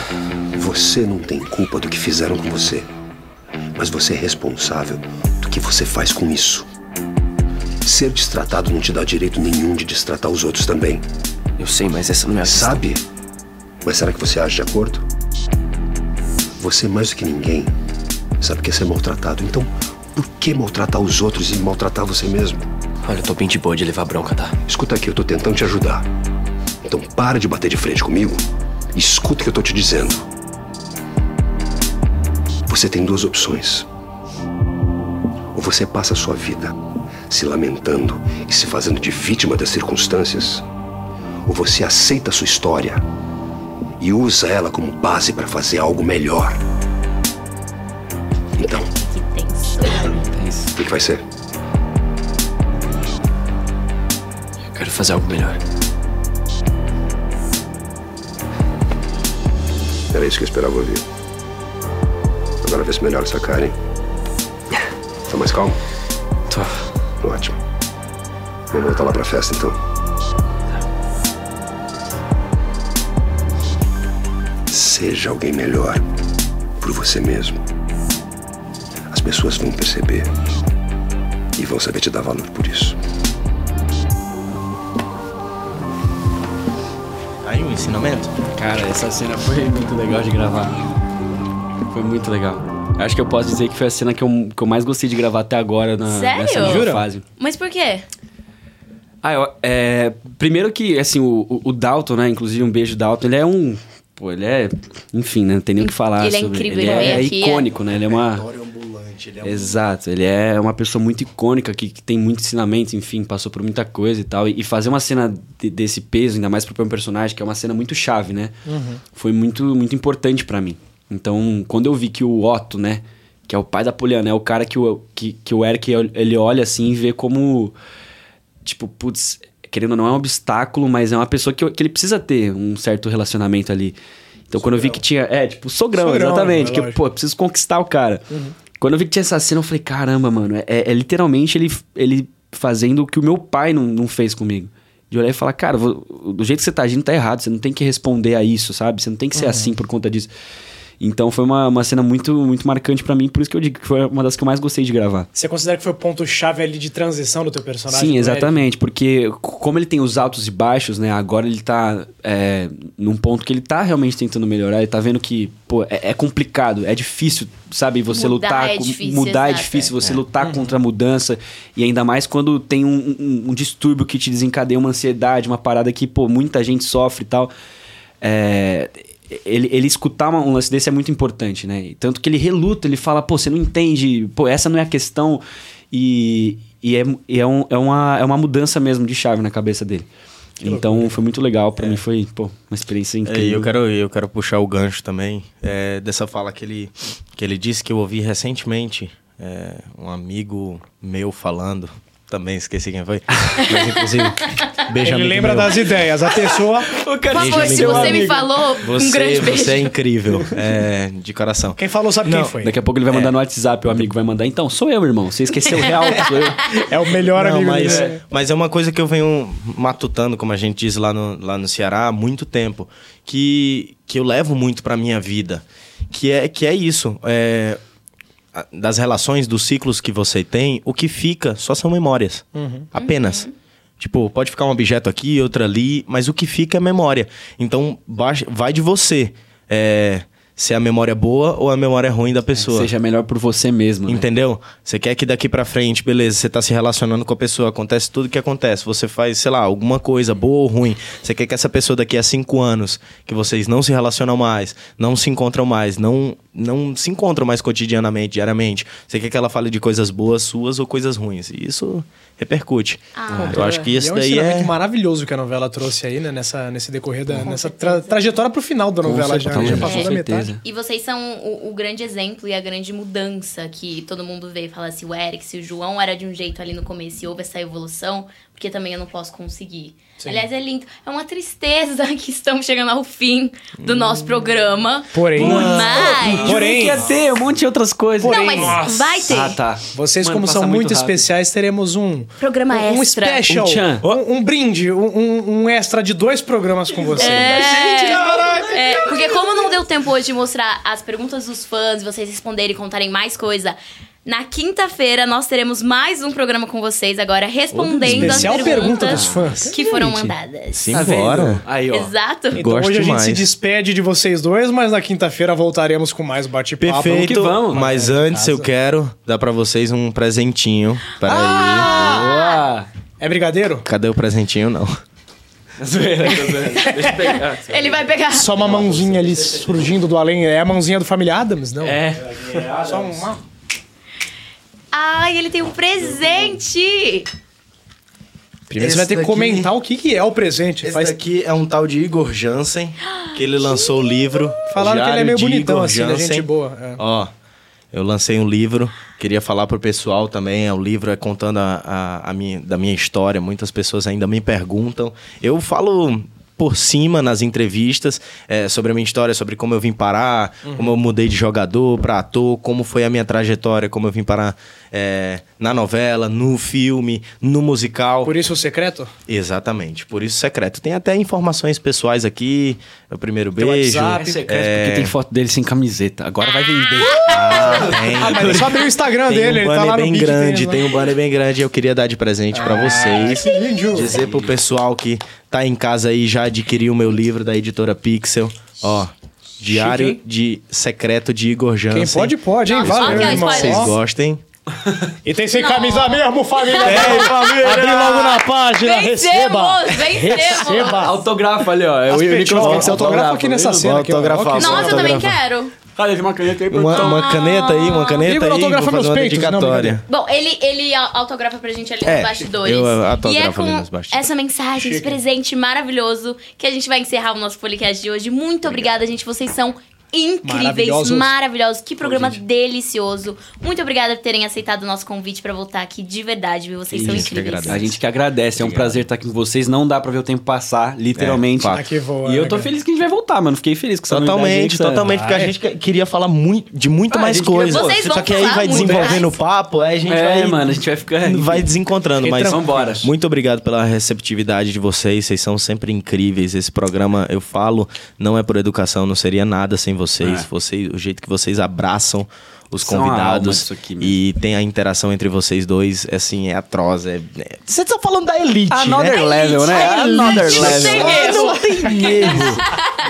Speaker 9: Você não tem culpa do que fizeram com você. Mas você é responsável do que você faz com isso. Ser destratado não te dá direito nenhum de destratar os outros também.
Speaker 10: Eu sei, mas essa não é a questão.
Speaker 9: Sabe? Mas será que você age de acordo? Você, é mais do que ninguém, sabe o que é ser maltratado. Então, por que maltratar os outros e maltratar você mesmo?
Speaker 10: Olha, eu tô bem de boa de levar bronca, tá?
Speaker 9: Escuta aqui, eu tô tentando te ajudar. Então para de bater de frente comigo e escuta o que eu tô te dizendo. Você tem duas opções. Ou você passa a sua vida se lamentando e se fazendo de vítima das circunstâncias, ou você aceita a sua história e usa ela como base para fazer algo melhor. Então, o que, que vai ser?
Speaker 10: Eu quero fazer algo melhor.
Speaker 9: Era isso que eu esperava ouvir. Agora vê se melhor essa cara, hein? Tá mais calmo? Tô. Ótimo. Vamos voltar lá pra festa, então. Seja alguém melhor por você mesmo. As pessoas vão perceber e vão saber te dar valor por isso.
Speaker 5: Aí um ensinamento.
Speaker 1: Cara, essa cena foi muito legal de gravar. Foi muito legal. Acho que eu posso dizer que foi a cena que eu, que eu mais gostei de gravar até agora na, Ah, nessa
Speaker 3: Sério?
Speaker 1: nova fase.
Speaker 3: Mas por quê?
Speaker 1: Ah, eu- é, primeiro que, assim, o, o- o Dalton, né? Inclusive, um beijo, Dalton. Ele é um... Pô, ele é... Enfim, né? Não tem nem o que falar
Speaker 3: Ele é
Speaker 1: sobre
Speaker 3: incrível,
Speaker 1: ele.
Speaker 3: ele
Speaker 1: é,
Speaker 3: veio aqui,
Speaker 1: icônico, né? Ele é uma... Exato, ele é uma pessoa muito icônica que, que tem muito ensinamento, enfim, passou por muita coisa e tal. E, e fazer uma cena de- desse peso, ainda mais para um personagem, que é uma cena muito chave, né?
Speaker 11: Uhum.
Speaker 1: Foi muito, muito importante pra mim. Então, quando eu vi que o Otto, né, que é o pai da Poliana, é o cara que o, que, que o Eric ele olha assim e vê como tipo, putz, querendo ou não é um obstáculo, mas é uma pessoa que, eu- que ele precisa ter um certo relacionamento ali. Então, quando eu vi que tinha. É, tipo, sogrão,
Speaker 2: Sogrão,
Speaker 1: exatamente.
Speaker 2: é
Speaker 1: Que,
Speaker 2: lógico. Uhum.
Speaker 1: pô, eu preciso conquistar o cara. Quando eu vi que tinha essa cena, eu falei, caramba, mano, é, é literalmente ele, ele fazendo o que o meu pai não, não fez comigo. De olhar e falar, cara, vou- do jeito que você tá agindo tá errado, você não tem que responder a isso, sabe? Você não tem que ser
Speaker 2: Uhum.
Speaker 1: assim por conta disso. Então foi uma, uma cena muito, muito marcante pra mim, por isso que eu digo que foi uma das que eu mais gostei de gravar.
Speaker 2: Você considera que foi o ponto-chave ali de transição do teu personagem?
Speaker 1: Sim,
Speaker 2: do
Speaker 1: exatamente, porque c- como ele tem os altos e baixos, né? Agora ele tá é, num ponto que ele tá realmente tentando melhorar, ele tá vendo que, pô, é, é complicado, é difícil, sabe? Você
Speaker 12: Mudar
Speaker 1: lutar,
Speaker 12: é
Speaker 1: com-
Speaker 12: difícil,
Speaker 1: mudar é
Speaker 12: exato,
Speaker 1: difícil,
Speaker 12: é.
Speaker 1: você
Speaker 12: É.
Speaker 5: Uhum.
Speaker 1: lutar contra a mudança, e ainda mais quando tem um, um- um distúrbio que te desencadeia uma ansiedade, uma parada que, pô, muita gente sofre e tal. É, ele, ele escutar uma- um lance desse é muito importante, né? E Tanto que ele reluta, ele fala, pô, você não entende, pô, essa não é a questão. E, e é, e é, um- é uma, é uma mudança mesmo de chave na cabeça dele. então foi muito legal, pra mim foi, pô, uma experiência
Speaker 5: É,
Speaker 1: incrível.
Speaker 5: e eu quero, eu quero puxar o gancho também é, dessa fala que ele, que ele disse que eu ouvi recentemente é, um amigo meu falando. Também esqueci quem foi. Mas,
Speaker 2: *laughs*
Speaker 5: inclusive, beijo
Speaker 2: Ele
Speaker 5: amigo
Speaker 2: lembra
Speaker 5: meu.
Speaker 2: das ideias,
Speaker 1: *laughs*
Speaker 2: a pessoa. é
Speaker 3: O cara
Speaker 5: Beijo,
Speaker 3: falou, se
Speaker 5: amigo.
Speaker 3: você me
Speaker 5: Amigo.
Speaker 3: falou,
Speaker 5: Você,
Speaker 3: um grande beijo.
Speaker 5: você é incrível, é, de coração.
Speaker 2: Quem falou sabe quem foi.
Speaker 1: Daqui a pouco
Speaker 5: É.
Speaker 1: ele vai mandar no WhatsApp, o amigo vai mandar, então, sou eu, irmão, você esqueceu o
Speaker 5: *laughs*
Speaker 1: real, sou eu.
Speaker 2: É o melhor
Speaker 5: Não,
Speaker 2: amigo
Speaker 5: mas,
Speaker 2: dele.
Speaker 5: mas é uma coisa que eu venho matutando, como a gente diz lá no, lá no Ceará, há muito tempo. Que, que eu levo muito pra minha vida. Que é, que é isso. é, a- das relações, dos ciclos que você tem, o que fica só são memórias.
Speaker 7: Uhum.
Speaker 5: Apenas. Tipo, pode ficar um objeto aqui, outro ali, mas o que fica é memória. Então, baixa- vai de você. É, se é a memória boa ou a memória ruim da pessoa.
Speaker 1: É, Seja melhor por você mesmo. né?
Speaker 5: Entendeu? Você quer que daqui pra frente, beleza, você tá se relacionando com a pessoa, acontece tudo que acontece. Você faz, sei lá, alguma coisa, boa ou ruim. Você quer que essa pessoa daqui a cinco anos, que vocês não se relacionam mais, não se encontram mais, não, não se encontram mais cotidianamente, diariamente. Você quer que ela fale de coisas boas suas ou coisas ruins. E isso repercute. Eu acho que
Speaker 2: E
Speaker 5: isso
Speaker 2: é um
Speaker 5: daí
Speaker 2: ensinamento
Speaker 5: é.
Speaker 2: maravilhoso que a novela trouxe aí, né? Nessa, nesse decorrer da. Nessa tra- trajetória pro final da
Speaker 1: Com
Speaker 2: novela já.
Speaker 1: certeza,
Speaker 2: Já passou
Speaker 1: com
Speaker 2: da metade.
Speaker 1: certeza.
Speaker 3: E vocês são o, o grande exemplo e a grande mudança que todo mundo vê. Fala se o Eric, se o João era de um jeito ali no começo e houve essa evolução, porque também eu não posso conseguir.
Speaker 2: Sim.
Speaker 3: Aliás, é lindo. É uma tristeza *laughs* que estamos chegando ao fim
Speaker 1: Hum.
Speaker 3: do nosso programa.
Speaker 2: Porém.
Speaker 3: Por mais.
Speaker 2: Porém.
Speaker 1: Ia ter um monte de outras coisas.
Speaker 3: Não, mas Nossa. vai ter.
Speaker 1: Ah, tá.
Speaker 2: Vocês,
Speaker 1: Mano,
Speaker 2: como
Speaker 1: passa
Speaker 2: são muito,
Speaker 1: rápido.
Speaker 2: especiais, teremos um.
Speaker 3: Programa
Speaker 2: um, um
Speaker 3: extra.
Speaker 2: special.
Speaker 1: Um tchan.
Speaker 2: Um, um brinde. Um, um- um extra de dois programas com vocês.
Speaker 3: É, porque como não deu tempo hoje de mostrar as perguntas dos fãs, vocês responderem e contarem mais coisa, na quinta-feira nós teremos mais um programa com vocês agora respondendo as
Speaker 2: Especial
Speaker 3: perguntas
Speaker 2: pergunta dos fãs.
Speaker 3: que foram mandadas.
Speaker 5: Sim,
Speaker 2: Tá
Speaker 5: bora.
Speaker 1: Aí, ó.
Speaker 3: Exato.
Speaker 2: Então hoje a gente se despede de vocês dois, mas na quinta-feira voltaremos com mais bate-papo.
Speaker 5: Perfeito,
Speaker 2: né?
Speaker 5: mas
Speaker 2: É
Speaker 5: antes eu quero dar pra vocês um presentinho. Peraí.
Speaker 2: É brigadeiro?
Speaker 5: Cadê o presentinho? Não.
Speaker 2: Zoeira, zoeira.
Speaker 4: Deixa eu pegar.
Speaker 3: Ele vai pegar.
Speaker 2: Só uma mãozinha ali surgindo do além. É a mãozinha do Família Adams, não? É. Só uma.
Speaker 3: Ai, ele tem um presente!
Speaker 2: Primeiro você vai ter que comentar o que, que é o presente.
Speaker 5: Esse daqui é um tal de Igor Jansen,
Speaker 2: *gasps*
Speaker 5: que ele lançou o livro.
Speaker 2: Falaram que ele é meio
Speaker 5: Diário de
Speaker 2: bonitão,
Speaker 5: Igor
Speaker 2: assim, né?
Speaker 5: Jansen.
Speaker 2: Gente boa, é.
Speaker 5: Ó, eu lancei um livro, queria falar pro pessoal também. é, O livro é contando a, a- a minha, da minha história. Muitas pessoas ainda me perguntam. Eu falo por cima nas entrevistas é, sobre a minha história, sobre como eu vim parar,
Speaker 7: Uhum.
Speaker 5: como eu mudei de jogador pra ator, como foi a minha trajetória, como eu vim parar é, na novela, no filme, no musical. Por
Speaker 2: isso o secreto?
Speaker 5: Exatamente, por isso secreto. Tem até informações pessoais aqui, o primeiro
Speaker 1: Teu
Speaker 5: beijo. tá?
Speaker 1: WhatsApp. É secreto, porque tem
Speaker 5: foto dele sem camiseta. Agora vai vender.
Speaker 2: Ah, mas é só abrir o Instagram
Speaker 5: tem
Speaker 2: dele,
Speaker 5: um
Speaker 2: ele tá
Speaker 5: banner
Speaker 2: lá no
Speaker 5: bem
Speaker 2: Big
Speaker 5: grande,
Speaker 2: Tênis, né? Ah,
Speaker 5: tem um banner bem grande. Eu queria dar de presente pra vocês. Dizer pro pessoal que tá em casa aí já adquiriu o meu livro da editora Pixel. Ó, Diário
Speaker 2: Chique, hein?
Speaker 5: de Secreto de Igor Jansen.
Speaker 2: Quem pode, pode, hein?
Speaker 5: Vocês
Speaker 2: Valeu,
Speaker 5: gostem?
Speaker 2: irmão.
Speaker 5: Vocês
Speaker 2: Ó.
Speaker 5: gostem?
Speaker 2: E tem sem camisa mesmo, *laughs* É, família.
Speaker 4: Tem, família.
Speaker 2: Abri logo na página, receba. Receba.
Speaker 1: *laughs* Autografa ali, ó. É o
Speaker 2: As
Speaker 1: Nicolas
Speaker 2: petições,
Speaker 1: Cage
Speaker 2: autografa aqui nessa
Speaker 1: Ele
Speaker 2: cena aqui, ó.
Speaker 5: Autografar.
Speaker 2: Nossa,
Speaker 3: Nossa, eu também quero.
Speaker 1: Cara, tem uma caneta aí pra
Speaker 5: Uma, uma caneta aí,
Speaker 2: Ah,
Speaker 5: uma caneta
Speaker 1: Igor,
Speaker 5: aí. Vou
Speaker 1: autografa
Speaker 5: fazer
Speaker 1: meus
Speaker 5: uma
Speaker 1: peitos. Não,
Speaker 5: dedicatória.
Speaker 3: Bom, ele, ele au- autografa pra gente ali
Speaker 5: É,
Speaker 3: nos bastidores.
Speaker 5: eu, eh,
Speaker 3: e é
Speaker 5: autografo
Speaker 3: com
Speaker 5: ali nos bastidores.
Speaker 3: essa mensagem, esse presente maravilhoso, que a gente vai encerrar o nosso podcast de hoje. Muito obrigada, gente. Vocês são incríveis,
Speaker 11: Maravilhosos.
Speaker 3: maravilhosos. Que programa delicioso. Muito obrigada por terem aceitado o nosso convite pra voltar aqui de verdade, viu? Vocês são incríveis.
Speaker 1: a gente que agradece, é um prazer estar aqui com vocês. Não dá pra ver o tempo passar, literalmente.
Speaker 5: fato. Aqui
Speaker 2: voa,
Speaker 1: e eu
Speaker 2: né,
Speaker 1: tô
Speaker 2: cara?
Speaker 1: feliz que a gente vai voltar, mano. Fiquei feliz com essa
Speaker 5: Totalmente,
Speaker 1: novidade, hein,
Speaker 5: totalmente, porque a
Speaker 1: Vai.
Speaker 5: gente que- queria falar muito, de muito
Speaker 1: Ah, a
Speaker 5: mais
Speaker 1: gente queria-
Speaker 5: coisa.
Speaker 1: Vocês
Speaker 5: Só
Speaker 1: vão
Speaker 5: que aí
Speaker 1: falar
Speaker 5: vai
Speaker 1: muito
Speaker 5: desenvolvendo o
Speaker 1: mais.
Speaker 5: papo, aí a gente
Speaker 1: É,
Speaker 5: vai. *laughs*
Speaker 1: mano, a gente vai ficar-
Speaker 5: Vai desencontrando,
Speaker 1: Fica
Speaker 5: mas.
Speaker 1: tranquilo. Vambora.
Speaker 5: Muito obrigado pela receptividade de vocês. Vocês são sempre incríveis. Esse programa, eu falo, não é por educação, não seria nada sem vocês.
Speaker 1: É.
Speaker 5: Vocês- o jeito que vocês abraçam os
Speaker 1: São a alma
Speaker 5: convidados
Speaker 1: disso aqui,
Speaker 5: e tem a interação entre vocês dois, assim, é atroz. É, é- Vocês estão falando da elite,
Speaker 1: Another
Speaker 5: né?
Speaker 1: level, né?
Speaker 5: A elite,
Speaker 1: Another
Speaker 5: não
Speaker 1: level.
Speaker 5: tem
Speaker 1: Ah,
Speaker 5: erro.
Speaker 1: não *laughs* tem erro.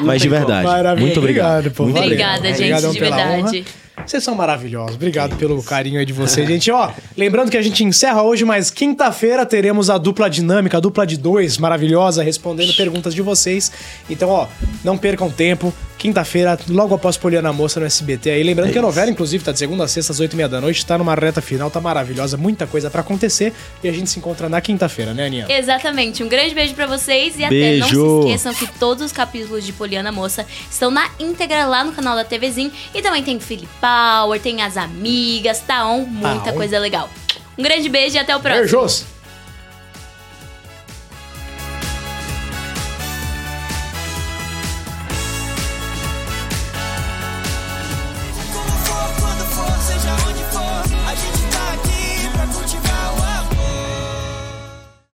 Speaker 5: Mas de verdade,
Speaker 2: Maravilha.
Speaker 5: muito obrigado.
Speaker 2: pô,
Speaker 5: Muito
Speaker 2: valeu.
Speaker 5: obrigado.
Speaker 3: Obrigada, gente,
Speaker 2: Obrigadão
Speaker 3: de
Speaker 2: pela
Speaker 3: verdade.
Speaker 2: honra. Vocês são maravilhosos. Obrigado pelo carinho aí de vocês, gente. Ó, lembrando que a gente encerra hoje, mas quinta-feira teremos a dupla dinâmica, a dupla de dois, maravilhosa, respondendo perguntas de vocês. Então, ó, não percam tempo. Quinta-feira, logo após Poliana Moça no SBT aí. Lembrando que a novela, inclusive, tá de segunda a sexta, às oito e meia da noite, tá numa reta final, tá maravilhosa, muita coisa pra acontecer. E a gente se encontra na quinta-feira, né, Aninha?
Speaker 3: Exatamente. Um grande beijo pra vocês e até não
Speaker 2: Beijo.
Speaker 3: se esqueçam que todos os capítulos de Poliana Moça estão na íntegra lá no canal da TVzinho e também tem Philip Power, tem as amigas, tá on, muita
Speaker 2: Tá on.
Speaker 3: coisa legal. Um grande beijo e até o próximo.
Speaker 2: Beijos!
Speaker 4: tá